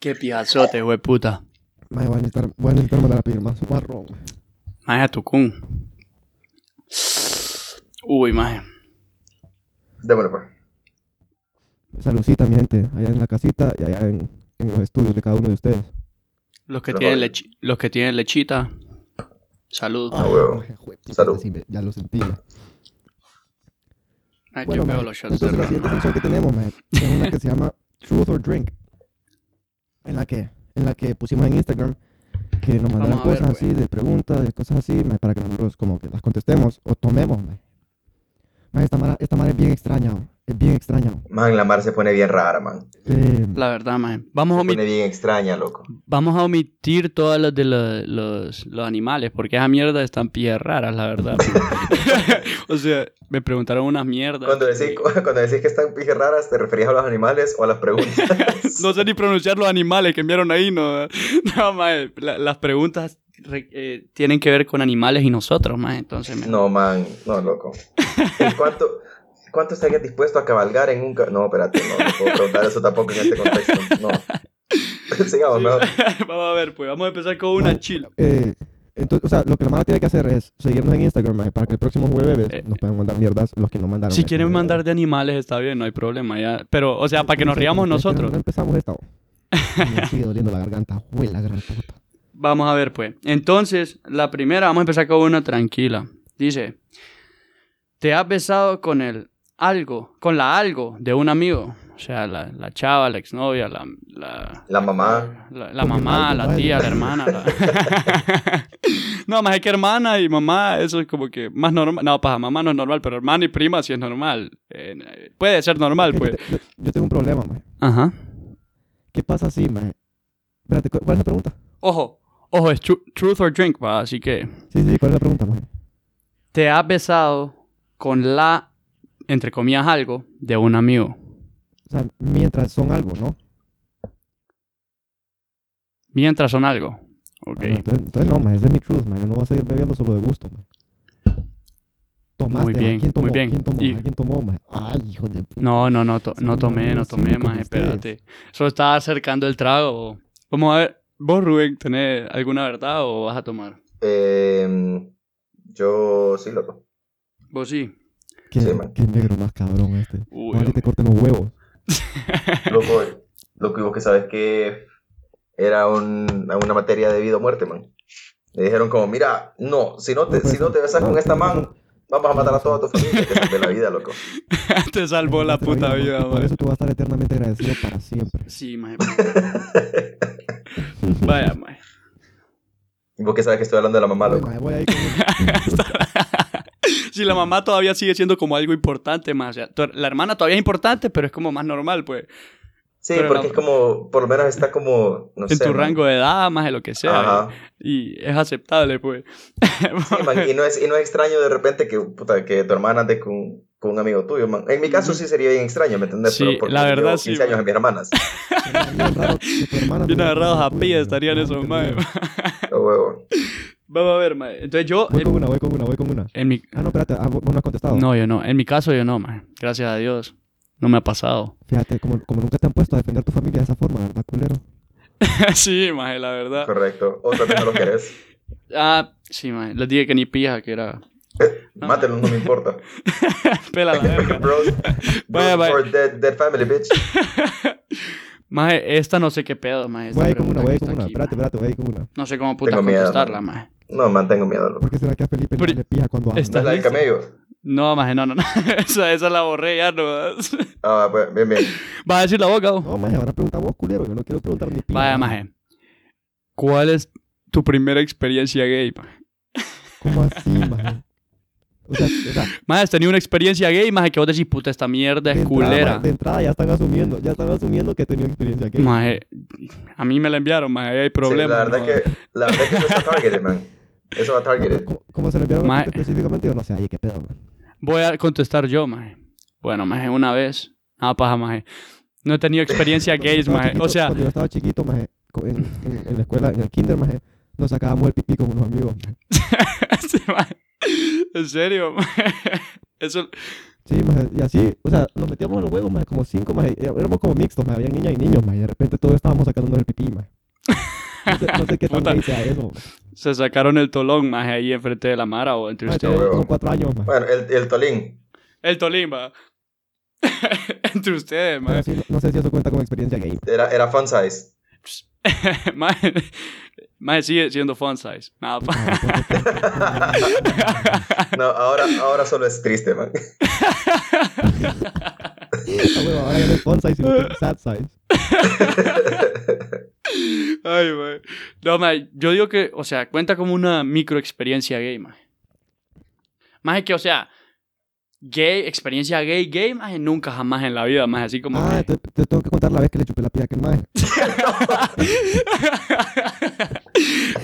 C: Qué piazote, güey, puta.
D: Ma, voy a necesitar, voy a necesitar mandar a pedir más marrón, ma.
C: Mae, a Tucún. Uy, mae.
B: Démosle, pues.
D: Saludcita, mi gente, allá en la casita y allá en, en los estudios de cada uno de ustedes.
C: Los que,
B: Los
C: tienen
B: odio.
C: lechi- los que tienen lechita, salud.
B: Ah, huevo.
D: ma, jue-
B: Salud.
D: sí, me- ya lo sentí, ma.
C: Ay,
D: Bueno,
C: yo
D: ma,
C: veo los shots de
D: entonces la
C: ron.
D: siguiente sección que tenemos, ma, es una que se llama Truth or Drink. En la que, en la que pusimos en Instagram que nos mandaran
C: Vamos a ver, pues.
D: cosas
C: güey.
D: así, de preguntas, de cosas así, ma, para que nosotros como que las contestemos o tomemos, ma. Ma, esta mara, esta mara es bien extraña, ma, es bien extraña. ma.
B: Man, la mar se pone bien rara, man.
D: Eh,
C: La verdad, mae. Vamos a,
B: Se
C: omi-
B: pone bien extraña, loco.
C: vamos a omitir todas las de la- los, los animales, porque esa mierda están pies raras, la verdad. o sea, me preguntaron unas mierdas.
B: Cuando decís, cuando decís que están pijas raras, ¿te referías a los animales o a las preguntas?
C: No sé ni pronunciar los animales que enviaron ahí, no. No, mae, la- las preguntas re- eh, tienen que ver con animales y nosotros, mae, entonces... me-
B: No, man. No, loco. ¿Y cuánto, cuánto estarías dispuesto a cabalgar en un... ca- No, espérate, no, no puedo preguntar eso tampoco en este contexto. No. Sigamos, mejor.
C: vamos a ver, pues, vamos a empezar con una chila.
D: eh, entonces, o sea, lo que la mara tiene que hacer es seguirnos en Instagram, ma, para que el próximo jueves
C: Eh.
D: nos puedan mandar mierdas los que nos mandaron.
C: Si
D: ma.
C: quieren
D: Eh,
C: mandar de animales está bien, no hay problema ya. Pero, o sea, para que nos
D: Entonces,
C: riamos
D: como ustedes
C: nosotros.
D: quieran, No empezamos esta. bo. Me sigue doliendo la garganta, güey, la gran puta.
C: Vamos a ver, pues. Entonces, la primera, vamos a empezar con una tranquila. Dice, ¿te has besado con el algo, con la algo de un amigo. O sea, la, la chava, la exnovia, la, la,
B: La mamá.
C: la- la mamá,
D: mal,
C: la
D: mal.
C: tía, la hermana. la- no, más es que hermana y mamá, eso es como que más normal. No, paja, mamá no es normal, pero hermana y prima sí es normal. Eh, puede ser normal,
D: Ok,
C: pues.
D: yo, te- yo- yo tengo un problema, maje.
C: Ajá.
D: ¿Qué pasa si, maje? Espérate, ¿cu- ¿cuál es la pregunta?
C: Ojo, ojo, es tru- truth or drink, va, así que.
D: Sí, sí, ¿cuál es la pregunta, maje?
C: Te has besado con la, entre comillas, algo de un amigo.
D: O sea, mientras son algo, ¿no?
C: Mientras son algo. Ok.
D: Ah, no, entonces, entonces no, maje, ese es mi truth, maje. No voy a seguir bebiendo solo de gusto, maje. Tomaste,
C: Muy
D: maje.
C: bien,
D: ¿Quién tomó?
C: muy bien.
D: ¿Quién tomó,
C: Y-
D: maje? ¿Quién tomó, maje? Ay, hijo de... pu-
C: No, no, no, to-
D: Sí,
C: no
D: no,
C: tomé,
D: no,
C: no
D: sí,
C: tomé
D: como
C: más,
D: ustedes.
C: espérate. Solo estaba acercando el trago. Vamos a ver, vos Rubén, ¿tenés alguna verdad o vas a tomar?
B: Eh, yo sí, loco.
C: Vos sí.
D: Qué,
B: Sí, maje.
D: qué negro más cabrón este.
C: Uy,
D: Ojalá que te corten los huevos.
B: Loco, loco, y vos que sabes que era un- una materia de vida o muerte, man. Le dijeron como, mira, no, si no te, si no te besas con esta man, vamos a matar a toda tu familia, que de la vida, loco.
C: te salvó la
D: Te doy
C: puta
D: amor, y
C: vida,
D: Por
C: man.
D: eso tú vas a estar eternamente agradecido para siempre.
C: Sí, maje. Vaya, maje.
B: Y vos que sabes que estoy hablando de la mamá,
D: Ay,
B: loco.
D: maje, voy ahí con-
C: Si la mamá todavía sigue siendo como algo importante, más. la hermana todavía es importante, pero es como más normal, pues.
B: Sí,
C: Pero
B: porque
C: no.
B: es como, por lo menos está como, no
C: En
B: sé.
C: tu
B: man.
C: rango de edad, más de lo que sea. eh.
B: Ajá.
C: Y es aceptable, pues.
B: Sí, man, y no es, y no es extraño de repente que, puta, que tu hermana ande con, con un amigo tuyo, man. En mi caso sí sería bien extraño, ¿me entendés?
C: Sí,
B: Pero porque
C: la verdad
B: llevo
C: sí,
B: 15 años
C: man.
B: a mis hermanas.
D: Bien raro que tu hermana
C: Bien
D: tuviera
C: agarrados
D: una
C: a
D: tuya,
C: pilla
D: maje.
C: estarían
D: No,
C: esos,
D: qué
C: maje.
D: miedo.
B: A Oh, huevo.
C: Vamos a ver, maje. Entonces yo,
D: Voy con
C: en,
D: una, voy con una, voy con una.
C: en mi...
D: Ah, no, espérate, ah, vos vos no has contestado.
C: Eh, No, yo no. En mi caso, yo no, maje. Gracias a Dios. No me ha pasado.
D: Fíjate, como, como nunca te han puesto a defender tu familia de esa forma, ¿verdad, culero?
C: sí, maje, la verdad.
B: Correcto. O también no lo querés.
C: Ah, sí, maje. Les dije que ni pija, que era... No.
B: Mátenlo, no me importa.
C: Pela la verga.
B: Bros.
C: Vaya,
B: Bros
C: vaya.
B: for dead, dead family, bitch.
C: Maje, esta no sé qué pedo, maje. esta
D: Voy ahí con
C: pregunta
D: una, voy
C: que
D: ahí
C: está
D: con una.
C: aquí,
D: Espérate,
C: maje.
D: espérate, voy ahí con una.
C: No sé cómo puta
B: Tengo miedo,
C: contestarla, maje.
B: No, man, tengo miedo, loco.
D: ¿Por qué será que a Felipe
C: Pero-
D: no le pija cuando
B: ¿No
D: habla?
B: es la del
C: listo?
B: camello?
C: No, maje, no, no, no. esa, esa la borré ya, no. Vas
B: Ah, pues, bien, bien.
C: a decir la boca, vos?
D: No, maje, ahora pregunta vos, culero. Yo no quiero preguntar ni pija.
C: Vaya, maje. ¿Cuál es tu primera experiencia gay, maje?
D: ¿Cómo así, maje? O sea, o sea,
C: Maje, has tenido una experiencia gay, maje, que vos decís, puta, esta mierda
D: de
C: es
D: entrada,
C: culera.
D: maje, de entrada ya están asumiendo, ya están asumiendo que he tenido experiencia aquí.
C: Maje, a mí me la enviaron, maje, hay
B: Sí, la
C: problemas.
B: verdad
C: ¿no?
B: que, la verdad que eso está targeted, man. Eso va targeted.
D: ¿Cómo, cómo se lo enviaron a
C: Maje.
D: ti específicamente? Yo no sé, ay, qué pedo, man.
C: Voy a contestar yo, maje. Bueno, maje, una vez. Ah, paja, maje. No he tenido experiencia
D: Cuando yo
C: gays,
D: estaba
C: maje.
D: chiquito-
C: O sea,
D: Cuando yo estaba chiquito, maje, co- en, en- en la escuela, en el kinder, maje, nos sacábamos el pipí con unos amigos, maje.
C: sí, maje. este, en serio, maje. Eso,
D: Sí, maje, y así, o sea, nos metíamos en los huevos, maje, como cinco, maje, y éramos como mixtos, maje, había niñas y niños, maje, y de repente todos estábamos sacándonos el pipí, maje. No sé, no sé qué tan
C: Puta.
D: gay sea eso, maje.
C: se sacaron el tolón, maje, ahí enfrente de la mara o entre
D: Maje,
C: ustedes.
D: tenía como cuatro años, maje.
B: Bueno, el, el Tolín.
C: El Tolima. Entre ustedes,
D: Pero
C: maje.
D: sí, no, no sé si eso cuenta como experiencia gay.
B: Era, era fun size.
C: maje. maje sigue siendo fun size. Nada, pa-
B: No, ahora, ahora solo es triste, man.
D: Esta hueva, ahora ya no es fun size, sino que es sad size.
C: Ay, maje. No, maje, yo digo que, o sea, cuenta como una micro experiencia gay, maje. Maje que, o sea, gay, experiencia gay, gay, maje, nunca jamás en la vida, maje, así como
D: Ah,
C: que-
D: te, te tengo que contar la vez que le chupé la pija a aquel maje.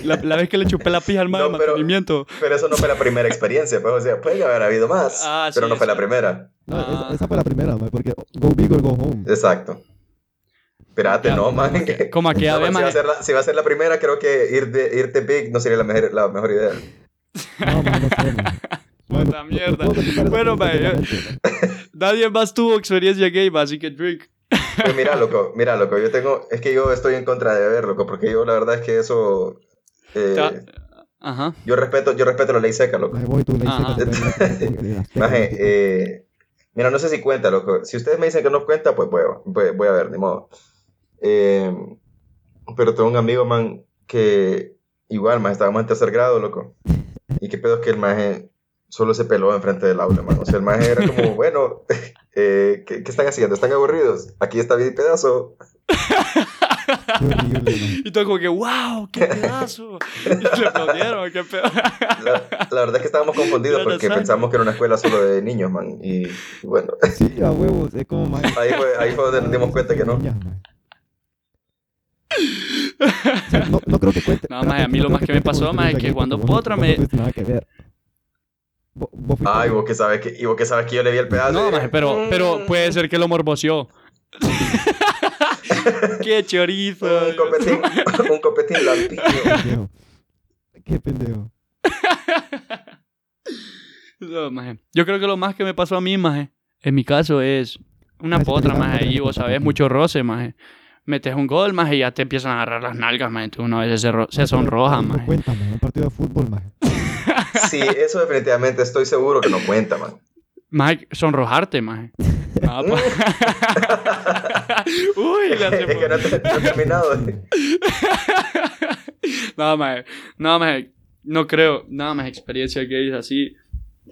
C: la, la vez que le chupé la pija al maje de
B: No, pero-
C: mantenimiento.
B: Pero eso no fue la primera experiencia, pues, o sea, puede haber habido más,
C: Ah,
B: pero
C: sí,
B: no fue
C: sí.
B: la primera.
D: No,
C: Ah.
D: esa, esa fue la primera, maje, porque go big or go home.
B: Exacto. Pirate,
C: Ya,
B: no, man.
C: Como que,
B: No, man, si, va a
C: además,
B: ser la, si va a ser la primera, creo que ir de, irte big no sería la mejor, la mejor idea.
D: No, maje, no sé, maje. Bueno,
C: Puta
D: no- no
C: mierda.
D: puedo contestar esa
C: Bueno,
D: pregunta
C: maje,
D: claramente, maje.
C: nadie más tuvo experiencia gay, maje, así que drink.
B: Pues mira, loco, mira, loco, yo tengo, es que yo estoy en contra de beber, loco, porque yo la verdad es que eso, eh,
C: Ya. Ajá.
B: yo respeto, yo respeto la ley seca, loco.
D: Maje, voy tú, le hice
C: Ajá.
B: Maje, eh, mira, no sé si cuenta, loco. Si ustedes me dicen que no cuenta, pues voy, a- voy, voy a ver, ni modo. Eh, pero tengo un amigo, man, que igual, man, estábamos en tercer grado, loco. Y qué pedo es que el maje solo se peló enfrente del aula, man. O sea, el maje era como, bueno, eh, ¿qué, qué están haciendo? ¿Están aburridos? Aquí está mi pedazo.
D: Qué horrible, man.
C: Y todo como que, wow, qué pedazo. Y le aplaudieron, qué pedazo.
B: La, la verdad es que estábamos confundidos
C: Era
B: porque
C: sangre.
B: pensamos que era una escuela solo de niños, man. Y, y bueno,
D: Sí, a huevos, es como más.
B: ahí fue, ahí fue donde nos dimos cuenta que no.
D: Niñas, man. O sea, no, no creo que cuente.
C: No,
D: espérate,
C: maje, a mí lo
D: creo
C: más que me
D: cuente como
C: pasó, maje,
D: experiencia
C: que
D: aquí,
C: cuando
D: porque vos no-
C: potra
D: vos
C: me-
D: No tuviste nada que ver. Vos, vos fuiste-
B: Ay, vos que sabes que, y vos que sabes que yo le vi el pedazo.
C: No,
B: y-
C: maje, pero, pero
B: Mm,
C: puede ser que lo morboció. qué chorizo.
B: Un copetín, un copetín lampiño.
D: pendejo. Qué pendejo.
C: No, maje. Yo creo que lo más que me pasó a mí, maje, en mi caso es una
D: Ah, sí,
C: potra,
D: también
C: maje,
D: también
C: y
D: me
C: vos
D: pasó
C: sabes,
D: también.
C: mucho roce, maje. Metes un gol, maje, y ya te empiezan a agarrar las nalgas, maje. Entonces una vez se, ro- se sonroja,
D: No
C: maje.
D: cuenta, man, un partido de fútbol, man.
B: Sí, eso definitivamente estoy seguro que no cuenta, man.
C: Maje, sonrojarte, maje. Ah, pa- Uy, la
B: es que no
C: se
B: te no he terminado. eh.
C: No, maje. No, maje. No creo. Nada más experiencia gays así.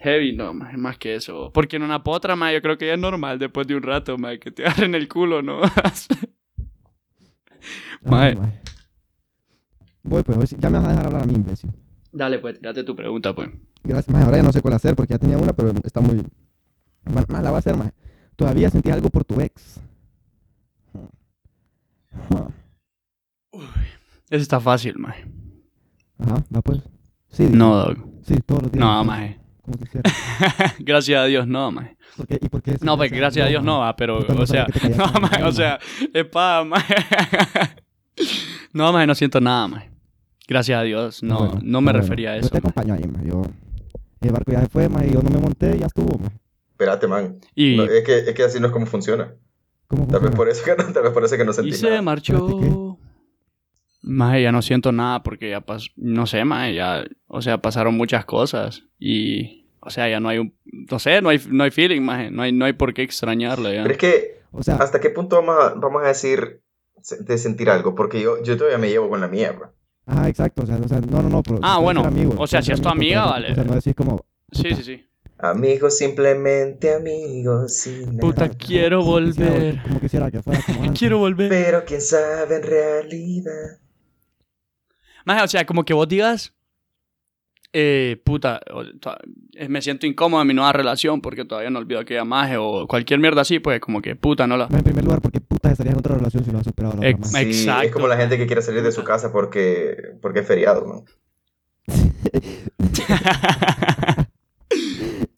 C: Heavy, no, maje. Más que eso. Porque en una potra, maje, yo creo que ya es normal después de un rato, maje, que te agarren el culo, ¿no? Mae.
D: Ay, mae. Ah, Voy, pues, hoy sí- ya me vas a dejar hablar a mí, imbécil.
C: Dale, pues, tírate tu pregunta, pues.
D: Gracias, mae. Ahora ya no sé cuál hacer porque ya tenía una, pero está muy. Ma- ma, la voy a hacer, mae. Todavía sentí algo por tu ex. Ajá,
C: Eso está fácil, maje.
D: Ajá, va pues. Sí, di-
C: No, dog.
D: sí, todos los días. pues,
C: No, maje.
D: Como quisiera.
C: gracias a Dios, no, maje.
D: ¿Por qué- ¿Y por qué decir
C: No, pues, gracias a Dios no
D: mae?
C: va, pero,
D: Puta, no
C: o
D: sabía
C: sea,
D: que te caía
C: no,
D: tan
C: maje,
D: mal,
C: o sea, espada, maje. No, maje, no siento nada, maje. Gracias a Dios, no,
D: Bueno,
C: no me
D: bueno,
C: refería a
D: Yo
C: eso.
D: te
C: maje.
D: acompaño ahí, mae. Yo. El barco ya se fue, mae. y Yo no me monté y ya estuvo, mae.
B: Espérate, man.
C: Y,
B: No, es, que, es que así no es como funciona.
D: ¿Cómo
B: Tal vez
D: funciona?
B: por eso que no, tal vez por eso que no
C: y
B: sentí
C: se
B: nada.
C: marchó. Maje, ya no siento nada porque ya pasó, no sé, maje, ya, o sea, pasaron muchas cosas y, o sea, ya no hay un, no sé, no hay, no hay feeling, maje, no hay, no hay por qué extrañarlo ya.
B: Pero es que,
D: O sea,
B: ¿hasta qué punto vamos a, vamos a decir se- de sentir algo? Porque yo, yo todavía me llevo con la mía, bro.
D: ajá, exacto. O sea, o sea, no, no, no. Pero
C: Ah,
D: pueden
C: bueno,
D: ser amigos,
C: o sea,
D: pueden
C: si
D: ser
C: es tu
D: amigos,
C: amiga,
D: pero-
C: vale.
D: O sea, no decís como,
C: Sí, sí, sí.
B: Amigos, simplemente amigos, sin
C: Puta,
B: nada.
C: quiero
D: Quisiera vol-
C: volver.
D: Como quisiera que fuera como antes.
C: Quiero volver.
B: Pero quién sabe en realidad.
C: Maje, o sea, como que vos digas, eh, puta, o- to- eh, me siento incómodo en mi nueva relación porque todavía no olvido aquella maje o cualquier mierda así, pues como que puta, no la.
D: Mae, En primer lugar, porque putas estarías en otra relación si no has superado a la otra
C: Ex-
D: mae?
B: Sí,
C: Exacto.
B: es como la gente que quiere salir de su casa porque, porque es feriado, man.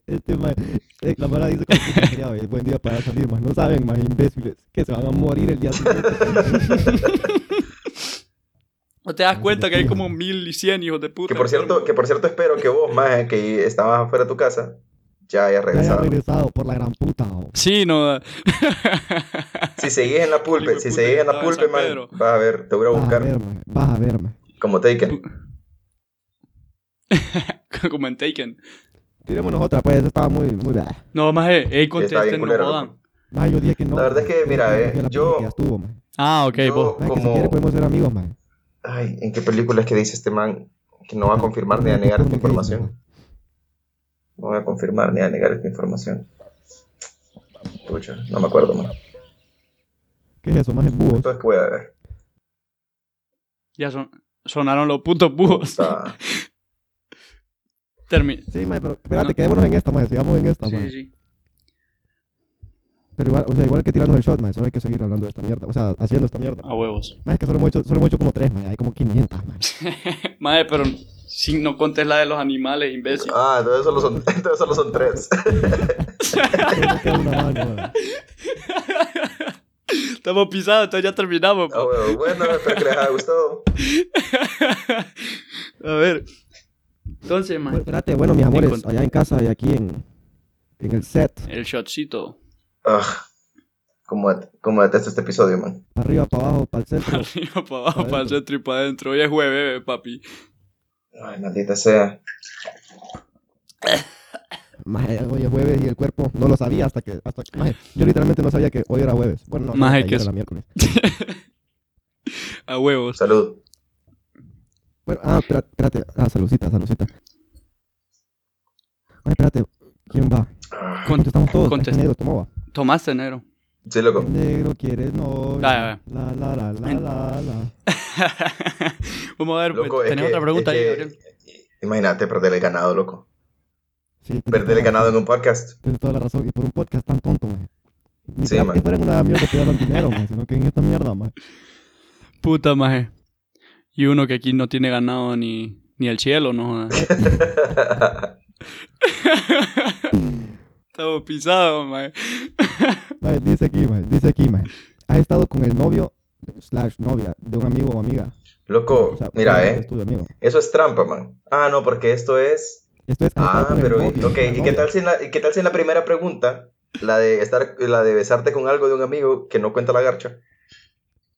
D: Este mae, eh, la mala dice como que quería ver, buen día para salir, más no saben, más imbéciles, que se van a morir el día siguiente.
C: No te das cuenta que hay como mil y cien hijos de puta.
B: Que por cierto, que por cierto espero que vos, más que estabas afuera de tu casa, ya hayas
D: Ya haya
B: regresado.
D: regresado por la gran puta. o-
C: Sí, no.
B: Si seguís en la
C: Hijo
B: pulpe,
C: de
B: si
C: puta,
B: seguís en la
C: estaba en
B: pulpe,
C: San
B: man,
C: Pedro.
B: vas a ver, te voy a
C: Ah,
D: Vas a
B: buscar
D: ver, mae, vas a ver, mae.
B: como Taken.
C: como en Taken.
D: Tirémonos otra, pues, eso estaba muy, muy... ah.
C: No, maje, ey,
B: Está bien
C: contesten, no
B: culero,
C: jodan.
B: loco.
D: Mae, yo dije que no.
B: La verdad es
D: mae.
B: que,
D: Yo
B: mira,
D: dije
B: eh,
D: que la
B: yo-
D: puta que ya estuvo, mae.
C: Ah, ok,
B: Yo-
C: vos.
D: Mae, que si
B: Como-
D: quieres podemos ser amigos, mae.
B: Ay, ¿en qué película es que dice este man que no va a confirmar ni a negar esta información? No voy a confirmar ni a negar esta información. Pucha, no me acuerdo, man.
D: ¿Qué es eso, mae? Búhos.
B: Entonces, ¿qué voy a ver?
C: Ya son, sonaron los putos búhos.
B: Está-
C: Termi-
D: Sí, mae, pero espérate, quedémonos en esta, mae, sigamos en esta,
C: Sí, sí,
D: mae.
C: sí.
D: Pero igual, o sea, igual que tirarnos el shot, man, solo hay que seguir hablando de esta mierda, o sea, haciendo esta mierda.
C: A huevos.
D: Más es que solo hemos hecho, solo hemos hecho como tres, man, hay como 500, man.
C: Maje, pero si no contes la de los animales, imbécil.
B: Ah, entonces solo son, entonces solo son tres.
D: Solo nos queda una más, man.
C: Estamos pisados, entonces ya terminamos.
B: Ah,
C: po.
B: bueno, bueno, espero que les haya gustado.
C: A ver. Entonces,
D: Bueno,
C: maje.
D: espérate, bueno, mis amores,
C: Encont-
D: allá en casa y aquí en, en el set,
C: El shotcito.
B: Ah, como, como detesto este episodio, man.
D: para arriba, para abajo, para el centro.
C: Arriba, para abajo,
D: Adentro.
C: para el centro y para adentro. Hoy es jueves, papi.
B: Ay, maldita sea.
D: Maje, hoy es jueves y el cuerpo no lo sabía hasta que, hasta que, maje, yo literalmente no sabía que hoy era jueves. Bueno, no,
C: Maje,
D: ayer
C: que es-
D: era miércoles.
C: A huevos.
B: Salud.
D: Bueno, ah, espera- espérate, ah, saludcita, saludcita. Maje, espérate, ¿quién va?
B: Ah,
C: Con-
D: Contestamos todos.
C: contest-
D: Negro, ¿cómo va?
C: Tomaste negro.
B: Sí, loco.
D: Negro quiere no.
C: Dale,
D: La la la la la la.
C: Vamos a ver, pues,
B: Loco, es
C: tenés
B: que-
C: otra pregunta
B: es
C: ahí,
B: que-
C: Gabriel.
B: Imagínate perder el ganado, loco.
D: Sí, tenés
B: Perder el
D: toda la-
B: ganado en un podcast.
D: Tienes toda la razón. Y por un podcast tan tonto, man.
B: Sí,
D: Ni siquiera
B: man.
D: que fuera en una mierda que daban dinero, man, sino que en esta mierda, man.
C: Puta maje. Y uno que aquí no tiene ganado ni, ni el cielo, no jodas. Estamos pisados, maje.
D: Man, Dice aquí, man. Dice aquí, man. Has estado con el novio slash novia de un amigo o amiga.
B: Loco,
D: O sea,
B: mira,
D: obviamente
B: eh.
D: Es tu amigo.
B: Eso es trampa, man. Ah, no, porque esto es.
D: Esto es. has estado
B: Ah,
D: con el
B: pero.
D: novio, Ah,
B: Ok,
D: la
B: ¿y qué
D: novia.
B: tal si en la, y qué tal si en la primera pregunta, la de estar, la de besarte con algo de un amigo que no cuenta la garcha,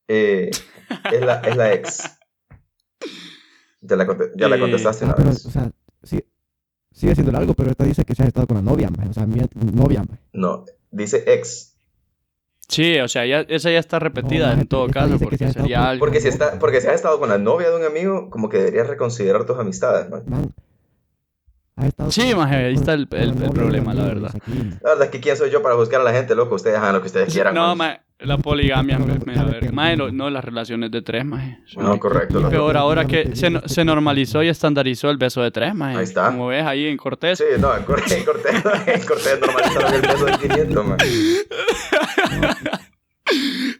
B: eh, es, la, es la ex? Ya la, conte- ya la
C: Eh,
B: contestaste
D: Ah,
B: una
D: pero,
B: vez.
D: o sea, sí, sigue siendo largo, pero esta dice que se ha estado con la novia, man. O sea, mía, novia, man.
B: No, dice ex.
C: Sí, o sea, ya, esa ya está repetida
D: No, maje,
C: en todo
D: esta
C: caso,
D: dice que
C: porque
D: se ha estado
C: sería
D: con-
C: algo.
B: Porque si, está, porque si has estado con la novia de un amigo, como que deberías reconsiderar tus amistades, man.
D: Man, ha estado
C: Sí,
D: con-
C: maje, ahí
D: con-
C: está el-
D: con
C: el- el
D: la novia de un
C: problema, la
D: amigo,
C: verdad.
D: dice aquí, man.
B: La verdad es que quién soy yo para juzgar a la gente, loco. Ustedes hagan lo que ustedes quieran.
C: No,
B: man.
C: maje, la poligamia,
D: Ya
C: me,
D: me
C: me la verga.
D: perdí.
C: Maje, no, no, las relaciones de tres, maje.
B: No, correcto.
C: Y
B: loco.
C: peor ahora
D: Definitivamente
C: que se,
D: bien,
C: no-
D: este
C: se
D: tipo.
C: normalizó y estandarizó el beso de tres, maje.
B: Ahí está.
C: Como ves ahí en Cortés.
B: Sí, no, en Cortés, en Cortés, en Cortés normalizaron el peso de 500, man.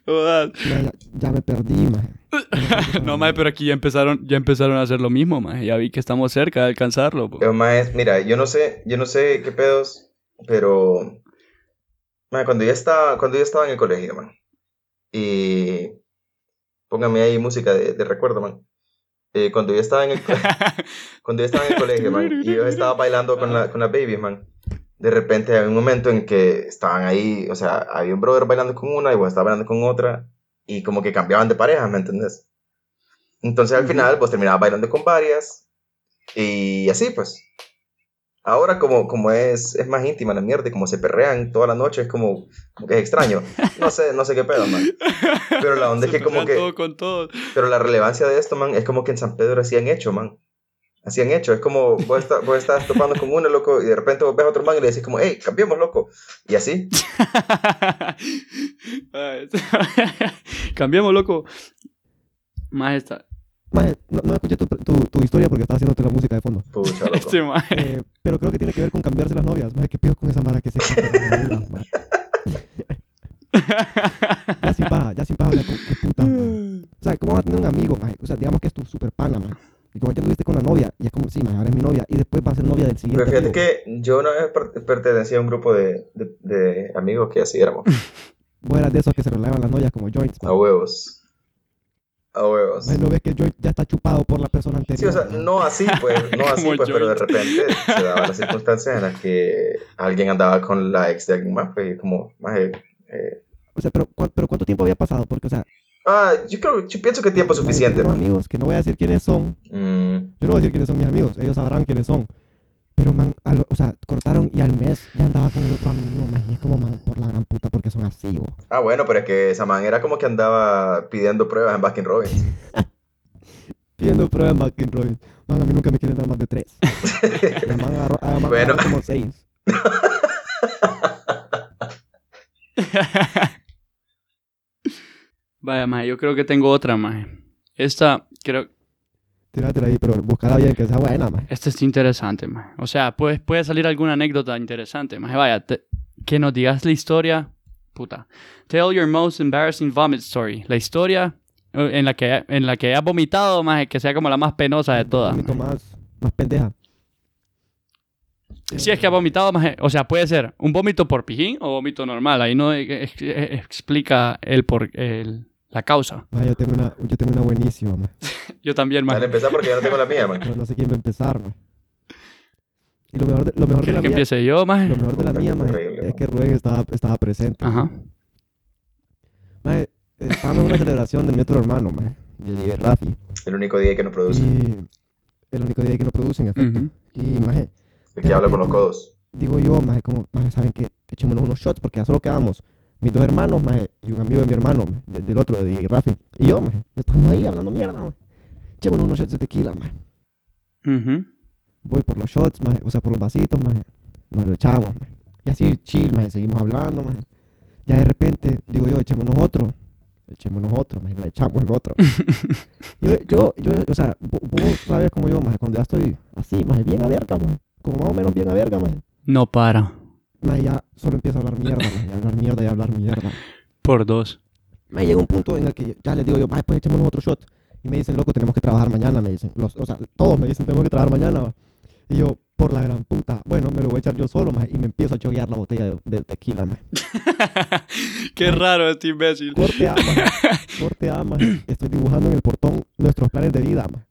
C: Jodas.
D: Ya, ya- ya me perdí, man.
C: No, maje, pero aquí ya empezaron, ya empezaron a hacer lo mismo, maje. Ya vi que estamos cerca de alcanzarlo. po.
B: Pero, maes, mira, yo no sé, yo no sé qué pedos, pero mae, cuando yo estaba, cuando yo estaba en el colegio, man, y póngame ahí música de, de recuerdo, man. Eh, cuando yo estaba en el co- cuando yo estaba en el colegio, man, y yo estaba bailando con
C: Ah.
B: la, con las babies, man. De repente había un momento en que estaban ahí, o sea, había un brother bailando con una y vos estabas bailando con otra, y como que cambiaban de parejas, ¿me entendés? Entonces al final vos terminabas bailando con varias, y así pues. Ahora como, como es, es más íntima la mierda y como se perrean toda la noche, es como, como que es extraño. No sé, no sé qué pedo, man. Pero la onda es
C: Se
B: que como
C: pelean
B: que...
C: todo con todo.
B: Pero la relevancia de esto, man, es como que en San Pedro hacían hecho, man. Hacían hecho. Es como vos, está- vos estás topando con uno, loco, y de repente vos ves a otro man y le decís como, hey, cambiemos, loco. Y así.
C: Ay, Ah, Cambiemos, loco. Más esta.
D: Man, no, no escuché tu, tu- tu historia porque estaba haciéndote la música de fondo.
B: Pucha, loco.
C: Este maje.
D: Eh, pero creo que tiene que ver con cambiarse las novias, man. ¿Qué pido con esa mara que se cambia las novias, man? Ya sin paja, ya sin paja, man, qué puta, man. O sea, ¿cómo vas a tener un amigo, maje? O sea, digamos que es tu super pana, maje. Y como ya tuviste con la novia, y es como, sí, maje, ahora es mi novia, y después va a ser novia del siguiente
B: Pero fíjate
D: amigo.
B: que yo una vez per- pertenecía a un grupo de, de- de amigos que así éramos.
D: Vos eras de esos que se relevan las novias como joints,
B: A
D: maje.
B: huevos. A huevos.
D: Maje, no ves que el joint ya está chupado por la persona anterior.
B: Sí, o sea,
D: maje.
B: no así, pues, no así,
C: Como
B: pues, pero de
C: Joint.
B: repente se daban las circunstancias en las que alguien andaba con la ex de alguien más, pues, y como, más,
D: O sea, pero, ¿cuán- pero ¿cuánto tiempo había pasado? Porque, o sea...
B: ah, yo creo, yo pienso que tiempo
D: maje,
B: suficiente,
D: tengo
B: man.
D: amigos que no voy a decir quiénes son.
B: Mm.
D: Yo no voy a decir quiénes son mis amigos. Ellos sabrán quiénes son. Pero, man, a lo- o sea, cortaron y al mes ya andaba con el otro amigo, man. Y es como, man, por la gran puta, porque son así, bo.
B: Ah, bueno, pero es que esa man era como que andaba pidiendo pruebas en Baskin Robbins.
D: Pidiendo pruebas en Baskin Robbins. Man, a mí nunca me quieren dar más de tres. La man agarró, a la man
B: Bueno.
D: agarró como seis.
C: Vaya, maje, yo creo que tengo otra, maje. Esta, creo,
D: Tíratela ahí, pero buscala bien, que sea buena, man.
C: esta es interesante, maje. O sea, puede, puede salir alguna anécdota interesante, maje. Vaya, te- que nos digas la historia, puta. Tell your most embarrassing vomit story. La historia eh, en la que, en la que has vomitado, maje, que sea como la más penosa de todas.
D: Vomito
C: maje.
D: más, más pendeja.
C: Si es que has vomitado, maje, o sea, puede ser un vómito por pijín o vómito normal. Ahí no eh, ex- eh, explica el por, el- la causa.
D: Ma, yo tengo una, yo tengo una buenísima, ma.
C: Yo también,
B: Dale,
C: maje.
B: empezá porque yo no tengo la mía, man.
D: Pero no sé quién va a empezar, ma. Y lo mejor de, lo mejor de
C: ¿Quieres
D: la
C: que
D: mía,
C: empiece yo,
D: lo
C: maje?
D: mejor de la mía, ma,
B: Horrible,
D: es que Rubén estaba, estaba presente.
C: Ajá.
D: Ma, eh, estábamos en una celebración de mi otro hermano, ma. De Rafi.
B: El único día que no produce.
D: Y el único día que no producen, en efecto.
C: Ujú.
D: Y, ma, eh,
B: El que habla con los codos.
D: digo yo, maje, como, maje, ¿saben qué? Echémonos unos shots porque ya solo quedamos mis dos hermanos, maje, y un amigo de mi hermano, maje, de- del otro, de Rafi. Y yo, maje, estamos ahí hablando mierda, maje. Echémonos unos shots de tequila, maje.
C: Ujú.
D: Voy por los shots, maje, o sea, por los vasitos, maje. nos lo echamos, maje. Y así, chill, maje, seguimos hablando, maje. Ya de repente, digo yo, echémonos otro. Echémonos otro, maje, le echamos el otro. yo, yo, yo, o sea, vo- vos sabes como yo, maje, cuando ya estoy así, maje, bien a verga, maje. Como más o menos bien a verga, maje.
C: No para.
D: Maje, ya solo empiezo a hablar mierda, maje, y a hablar mierda, y a hablar mierda.
C: Por dos.
D: Me llega un punto en el que ya les digo yo, "Mae, pues echémonos otro shot. Y me dicen, loco, tenemos que trabajar mañana, me dicen. Los, o sea, todos me dicen, tenemos que trabajar mañana. va". Y yo, por la gran puta, bueno, me lo voy a echar yo solo, mae", y me empiezo a choguear la botella de, de tequila, mae.
C: Qué raro este imbécil.
D: Corte A, mae. Corte A, mae. Estoy dibujando en el portón nuestros planes de vida, mae.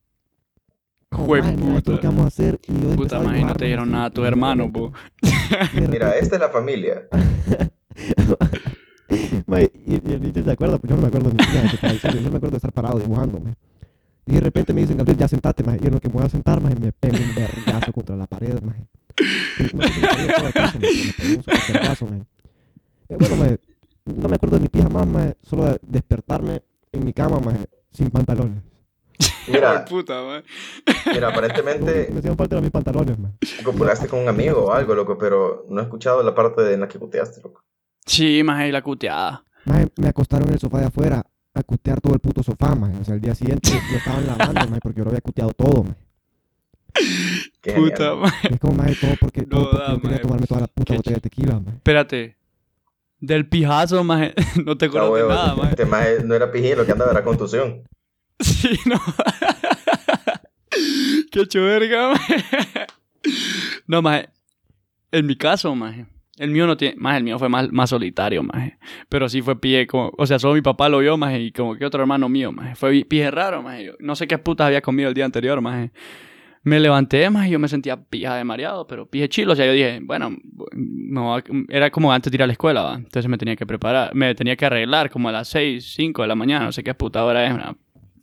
D: Como,
C: Jue
D: "Mae, mira, esto es lo
C: puta.
D: que vamos a hacer? Y yo empezaba
C: Puta
D: a
C: madre, no
D: dibujar,
C: te
D: mae,
C: dieron
D: así,
C: nada a tu
D: y de
C: hermano,
D: repente-
C: po.
D: de
B: Mira, este
D: repente-
B: esta es la familia.
D: Mae, y, y el nicho se acuerda, pues yo no me acuerdo ni siquiera de qué estaba diciendo, yo no me acuerdo de estar parado dibujando, mae. Y de repente me dicen, Gabriel, ya sentate, mae. Y en lo que me voy a sentar, mae, me pego un vergazo contra la pared, mae. Y no sé si me pegué todo el piso, mae, pero me pegué un super vergazo, mae. Eh, bueno, mae, no me acuerdo de mi pija más, mae, solo de despertarme en mi cama, mae, sin pantalones.
B: Mira,
C: puta, mae.
B: mira,
D: Me
B: aparentemente
D: hacían falta eran mis pantalones, mae.
B: comparaste con un amigo o algo, loco, pero no he escuchado la parte de en la que puteaste, loco.
C: Sí, mae, y la cuteada.
D: Mae, me acostaron en el sofá de afuera a cutear todo el puto sofá, mae. O sea, el día siguiente lo estaban lavando, mae, porque yo lo había cuteado todo, mae.
B: Qué genial.
C: Puta, mae.
D: Es como más de todo porque, todo
C: No
D: porque
C: da,
D: yo quería
C: mae.
D: tomarme toda la puta
C: Qué
D: botella de tequila, mae.
C: Espérate. Del pijazo, mae. No te
B: La
C: acuerdas de
B: huevo,
C: nada, mae.
B: este maje no era pijín, lo que andaba era contusión.
C: Sí, no. Qué chuerga, maje. No, maje. En mi caso, maje. El mío no tiene. Maje, el mío fue más, más solitario, maje. Pero sí fue pie. Como, o sea, solo mi papá lo vio, maje. Y como que otro hermano mío, maje. Fue pie raro, maje. Yo no sé qué putas había comido el día anterior, maje. Me levanté, maje. Yo me sentía pija de mareado, pero pije chilo. O sea, yo dije, bueno, me voy a- era como antes de ir a la escuela, va. Entonces me tenía que preparar. Me tenía que arreglar como a las 6, 5 de la mañana. No sé qué puta hora es, una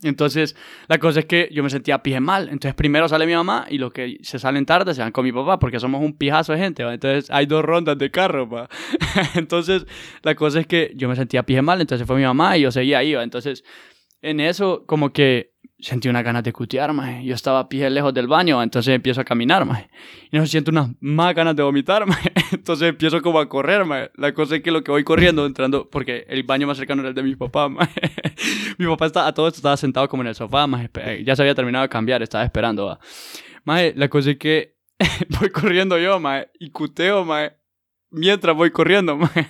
C: entonces, la cosa es que yo me sentía pije mal. Entonces, primero sale mi mamá y los que se salen tarde se van con mi papá porque somos un pijazo de gente. ¿va? Entonces, hay dos rondas de carro. pa. Entonces, la cosa es que yo me sentía pije mal. Entonces, fue mi mamá y yo seguía ahí. ¿va? Entonces, en eso, como que sentí una ganas de cutear, maje. Yo estaba pije lejos del baño, ¿va? entonces empiezo a caminar, maje. Y no siento unas más ganas de vomitar, maje. Entonces empiezo como a correr, maje. La cosa es que lo que voy corriendo, entrando, porque el baño más cercano era el de mi papá, maje. Mi papá está, a todo esto estaba sentado como en el sofá, maje. Espe- Ya se había terminado de cambiar, estaba esperando, va. Maje, la cosa es que voy corriendo yo, maje, y cuteo, maje. Mientras voy corriendo, maje.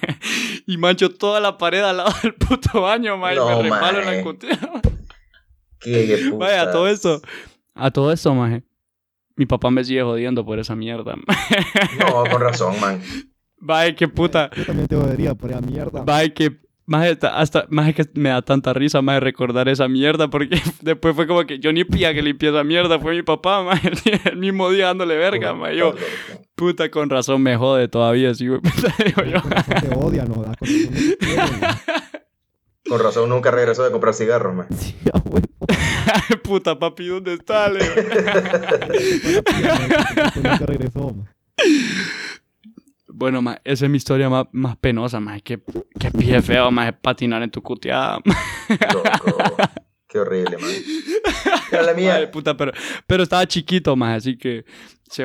C: Y mancho toda la pared al lado del puto baño, maje. y
B: No,
C: me resbalo en
B: maje.
C: la cuteo.
B: Qué puta.
C: Vaya, a todo eso. A todo eso, maje. Mi papá me sigue jodiendo por esa mierda. maje.
B: No, con razón, man.
C: Vaya, qué puta.
D: Yo también te jodería por esa mierda.
C: Vaya, que. Maje, ta- hasta, maje, que me da tanta risa, maje, recordar esa mierda. Porque después fue como que yo ni pía que limpié esa mierda. Fue mi papá, maje. El mismo día dándole verga, maje. Yo, puta, con razón me jode todavía. Sí, güey, puta, digo yo.
D: Con razón te odian, ¿no? Da, Con razón no te quieren, mae.
B: Con razón nunca regresó de comprar cigarros, man.
D: Sí, a huevo.
C: Ay, puta, papi, ¿dónde está? le digo.
D: Tú este nunca regresó, mae.
C: Bueno, maje, esa es mi historia más, más penosa, maje. Qué, qué pie feo, maje, patinar en tu cuteada,
B: Loco. Qué horrible, man. Mira, la
C: Madre
B: mía,
C: puta, pero, pero estaba chiquito más, así que se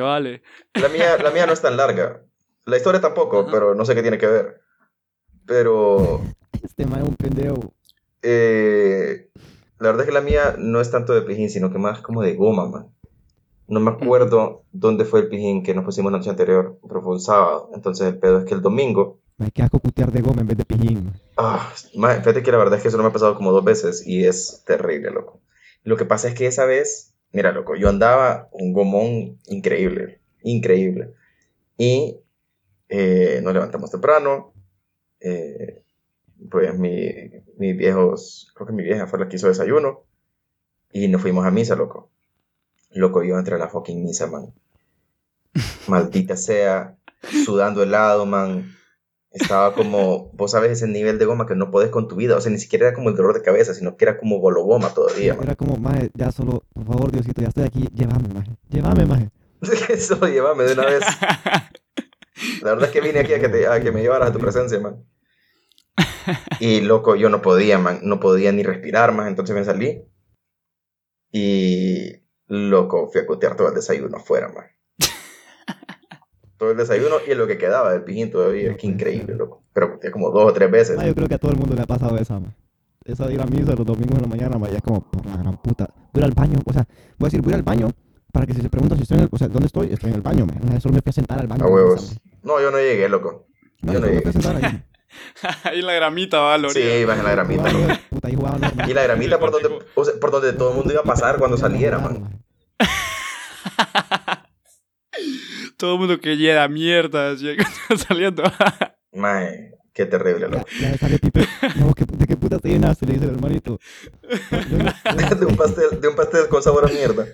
C: vale.
B: la mía, la mía no es tan larga. La historia tampoco,
C: Ajá.
B: pero no sé qué tiene que ver. Pero
D: Este mae es un pendejo.
B: eh, la verdad es que la mía no es tanto de pijín, sino que más como de goma, man. No me acuerdo dónde fue el pijín que nos pusimos la noche anterior, pero fue un sábado. Entonces el pedo es que el domingo
D: Mae, qué asco cutear de goma en vez de pijín, mae.
B: Ah, mae, fíjate que la verdad es que eso no me ha pasado como dos veces y es terrible, loco. Lo que pasa es que esa vez, mira, loco, yo andaba un gomón increíble, increíble. Y eh, nos levantamos temprano. eh, pues mi, mis viejos, creo que mi vieja fue la que hizo desayuno. Y nos fuimos a misa, loco. Loco, yo entré a la fucking misa, man. Maldita sea, sudando helado, man. Estaba como, vos sabes, ese nivel de goma que no podés con tu vida. O sea, ni siquiera era como el dolor de cabeza, sino que era como gologoma todavía, man.
D: Era como, mae, ya solo, por favor, Diosito, ya estoy aquí, llévame, mae. Llévame, mae.
B: Eso, llévame de una vez. La verdad es que vine aquí a que, te- a que me llevaras a tu presencia, man. Y loco, yo no podía, man. No podía ni respirar, man. Entonces me salí. Y loco, fui a cutear todo el desayuno afuera, man. todo el desayuno y lo que quedaba del pijín todavía. Qué increíble, loco. Pero conté como dos o tres veces.
D: Ma, Ah, yo creo que a todo el mundo le ha pasado esa, ma. Esa de ir a misa los domingos en la mañana, ma, ya es como por la gran puta. Voy a ir al baño, o sea, voy a decir, voy a ir al baño para que si se pregunta si estoy en el, o sea, ¿dónde estoy? Estoy en el baño, ma. O sea, solo me fui a sentar al baño.
B: A
D: en la misa,
B: huevos. No, yo no llegué, loco.
D: ma.
B: Yo no
D: No, solo me fui
B: llegué.
D: a sentar ahí.
C: Ahí la gramita va, Lori.
B: Sí, vas en la gramita,
D: Jugaba,
B: loco.
D: yo, puta, ahí jugaba normal.
B: Y la gramita por donde, o sea, por donde todo el mundo iba a pasar cuando saliera, man.
C: Todo el mundo que llega mierda, así, saliendo.
B: Mae, qué terrible, loco.
D: Ya, ya sale Pipe. No, ¿qué- ¿De qué puta te llenaste? Le dice el hermanito. No, yo no-
B: De un pastel, de un pastel con sabor a mierda.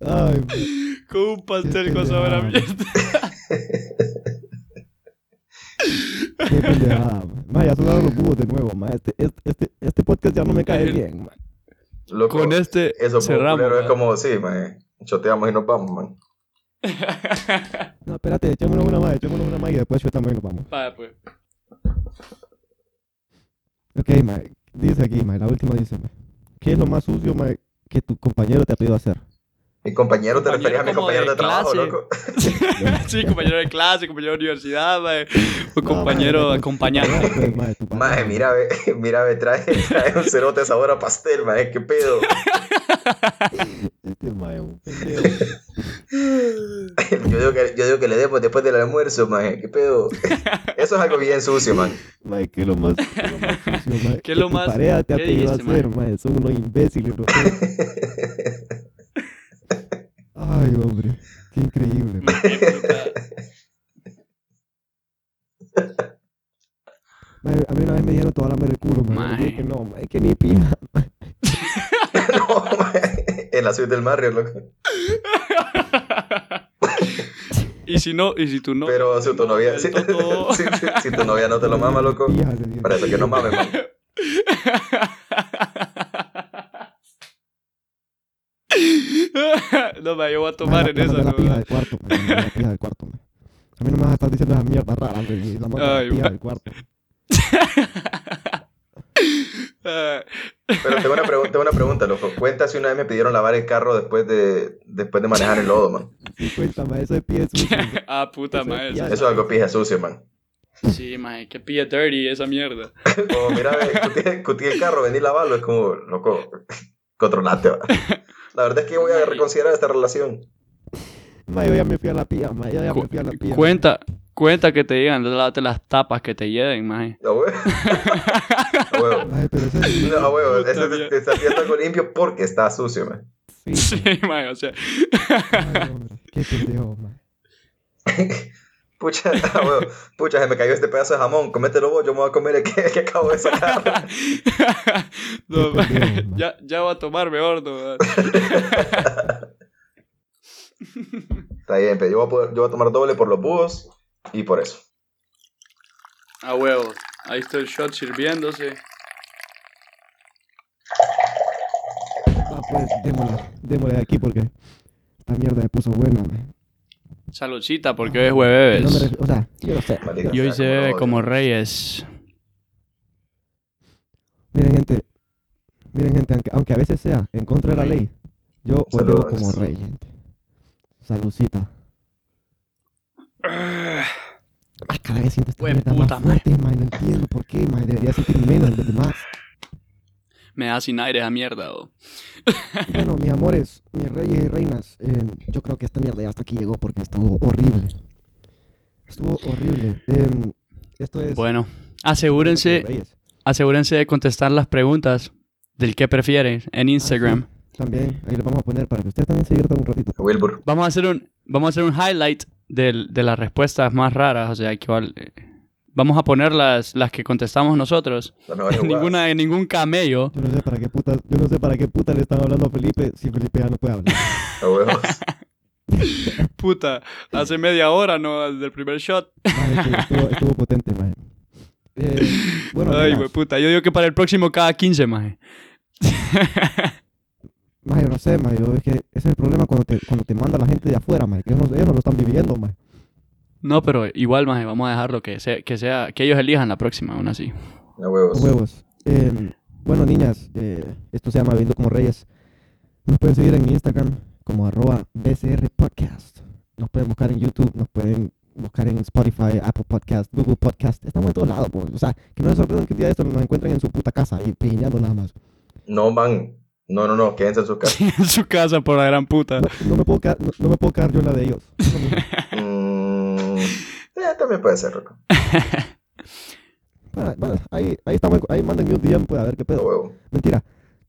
D: Ay, ma.
C: Con un pastel
D: Qué
C: con sabor a
D: pendejada.
C: mierda.
D: qué pendejada. ma. Ma, ya sonaron los búhos de nuevo, ma. Este, este, este, este podcast ya no me cae bien, ma.
B: Loco,
C: Con este
B: eso fue un
C: cerramos.
B: culero, es
C: ¿verdad?
B: como, sí, mae, choteamos y nos vamos, man.
D: No, espérate, echémonos una más, echémonos una más y después yo también nos vamos.
C: Va, pues.
D: Ok, ma. Dice aquí, ma. La última dice, ma. ¿Qué es lo más sucio, ma, que tu compañero te ha pedido hacer?
B: Mi compañero, te referías a mi
C: Compañero
B: compañero de,
C: como de
B: trabajo,
C: clase.
B: loco.
C: sí, compañero de clase, compañero de universidad, mae. O
D: No,
C: compañero
D: ma,
C: acompañante.
D: Pues, ma, de tu pareja,
B: Mae,
D: ma.
B: mira, ve, mira, ve, trae, trae un cerote de sabor a pastel, mae, qué pedo.
D: Este ma es un pendejo.
B: Yo digo que, yo digo que le demos después del almuerzo, mae, qué pedo. Eso es algo bien sucio, man.
D: Mae, ¿qué es lo más, qué es lo más sucio, mae?
C: ¿Qué es lo
D: tu
C: más-
D: pareja te ha
C: qué
D: pedido
C: dijiste,
D: hacer, mae? Son unos imbéciles, loco. Ay, hombre. Qué increíble, mae. Mae, A mí una vez me dijeron toda la madre del culo, mae. Yo
C: Mae.
D: dije que no, mae, que ni pija.
B: No, mae, en la ciudad del barrio, loco.
C: y si no, y si tú no.
B: Pero si tu
C: no,
B: novia,
C: el
B: si,
C: toto.
B: si- si- si tu novia no te lo mama, loco,
D: Pija, le dije.
B: para eso que no mames, man.
C: no, me yo voy a
D: Mae,
C: tomar
D: la-
C: en
D: la
C: eso.
D: mandé a La pija
C: ¿no?
D: del cuarto, mae, la mandé a La pija del cuarto, mae. A mí no me vas a estar diciendo esas mierdas raras, güey. La mandé a
C: Ay,
D: la pija
C: mae.
D: del cuarto.
C: Ah,
B: Pero tengo una, pregunta, tengo una pregunta, loco. Cuenta si una vez me pidieron lavar el carro después de, después de manejar el lodo, man.
D: Sí, cuéntame, eso es pie sucio.
C: ah, puta
D: Eso
C: madre.
D: ya-
B: Eso es algo pija sucio, man.
C: Sí, mae, que pilla dirty esa mierda.
B: Como, mira, ve, cutí- cutí el carro, vení a lavarlo. Es como, loco, controlate, va. La verdad es que voy a reconsiderar esta relación.
D: Mae, yo ya me fui a la pija, mae. Yo ya me
C: Cu-
D: fui a la pija.
C: Cuenta, cuenta que te digan, lávate las tapas que te lleven, mae.
B: A huevo. A huevo.
D: Mae, pero eso es-
B: No, a huevo.
C: Puta
B: Eso te,
C: mierda.
B: te está haciendo algo limpio porque está sucio, man.
D: Sí,
C: Sí, mae, o sea.
D: Ay, hombre, qué pendejo, man.
B: Pucha, a huevo. Pucha, se me cayó este pedazo de jamón. Comételo vos, yo me voy a comer el que, el que acabo de sacar.
C: No,
D: Qué pendejo,
C: mae, ya, ya va a tomar mejor, no, mae.
B: Está bien, pero yo voy a, poder- yo voy a tomar doble por los búhos y por eso.
C: A huevo. Ahí está el shot sirviéndose.
D: Ah, pues, démosle, démosle aquí porque esta mierda me puso buena, man.
C: Saludcita, porque hoy es jueves.
D: No me ref- o sea, yo no sé.
B: Maldita
C: Y hoy
B: sea,
C: se
B: cómo lo
C: bebe
B: odio.
C: como reyes.
D: Miren, gente. Miren, gente, aunque, aunque a veces sea en contra de la ley, yo os veo
B: Saludos.
D: como rey, gente. Saludcita. Ay, cada vez siento esta
C: Hue
D: mierda
C: Ah. puta,
D: más
C: man.
D: fuerte, man. No entiendo por qué, man. Debería sentir menos de los demás.
C: Me da sin aire esa mierda, oh.
D: Bueno, mis amores, mis reyes y reinas, eh, yo creo que esta mierda ya hasta aquí llegó porque estuvo horrible. Estuvo horrible. Em, esto es...
C: Bueno, asegúrense,
D: Reyes. Ah,
C: asegúrense de contestar las preguntas del que prefieres en Instagram.
D: También, ahí lo vamos a poner para que ustedes también se diviertan un ratito.
B: Wilbur.
C: Vamos a hacer un, vamos a hacer un highlight del- de las respuestas más raras, o sea, que val- eh, vamos a poner las, las que contestamos nosotros.
B: La mejor jugada.
C: Ninguna, ningún camello.
D: Yo no sé para qué puta, yo no sé para qué puta le están hablando a Felipe si Felipe ya no puede hablar.
B: A huevos.
C: Puta, hace media hora, ¿no? Del primer shot.
D: Madre, que estuvo, estuvo potente, man. Eh, bueno,
C: Ay,
D: mira,
C: güey, puta. Yo digo que para el próximo cada 15, maje.
D: madre, no sé, madre, yo es que ese es el problema cuando te, cuando te manda la gente de afuera, madre, que ellos no, ellos no lo están viviendo, madre.
C: No, pero igual, maje, vamos a dejarlo que sea, que sea, que ellos elijan la próxima, aún así.
B: A huevos.
D: Huevos. Em, Eh, bueno, niñas, eh, esto se llama Viendo como Reyes. Nos pueden seguir en mi Instagram, como arroba BCR Podcast. Nos pueden buscar en YouTube, nos pueden buscar en Spotify, Apple Podcast, Google Podcast. Estamos en todos lados, pues. O sea, que no les sorprendan que un día de esto nos encuentren en su puta casa y pijineando nada más.
B: No, man. No, no, no. Quédense en su casa.
C: en su casa por la gran puta.
D: No, no me, puedo quedar, no, no me puedo quedar yo en la de ellos. Eso mismo.
B: Mm, eh, también puede ser, loco.
D: Bueno, bueno, ahí, ahí estamos, en- ahí manden un DM, pues, a ver qué
B: A
D: pedo.
B: huevo.
D: Mentira.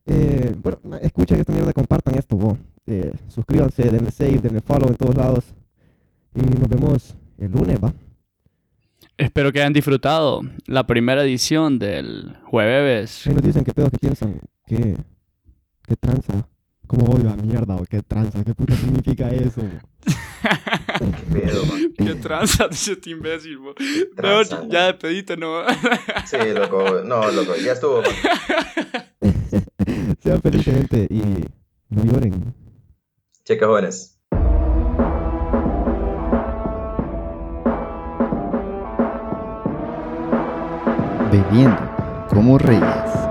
D: Eh, bueno, ma- escuchen esta mierda, compartan esto, vos. Eh, suscríbanse, denle save, denle follow en todos lados. Y nos vemos el lunes, va.
C: Espero que hayan disfrutado la primera edición del jueves.
D: Ahí nos dicen qué pedo que piensan, qué, qué tranza. ¿Cómo odio la mierda, o qué tranza? ¿Qué puta significa eso?
B: Pedo, man.
C: Qué tranza, dice este imbécil, bo. Mejor
B: tranza,
C: ya
B: man.
C: despedite, ¿no?
B: Sí, loco. No, loco. Ya estuvo, man.
D: Sean felices, gente, y no lloren.
B: Checa, jóvenes.
A: Bebiendo como reyes.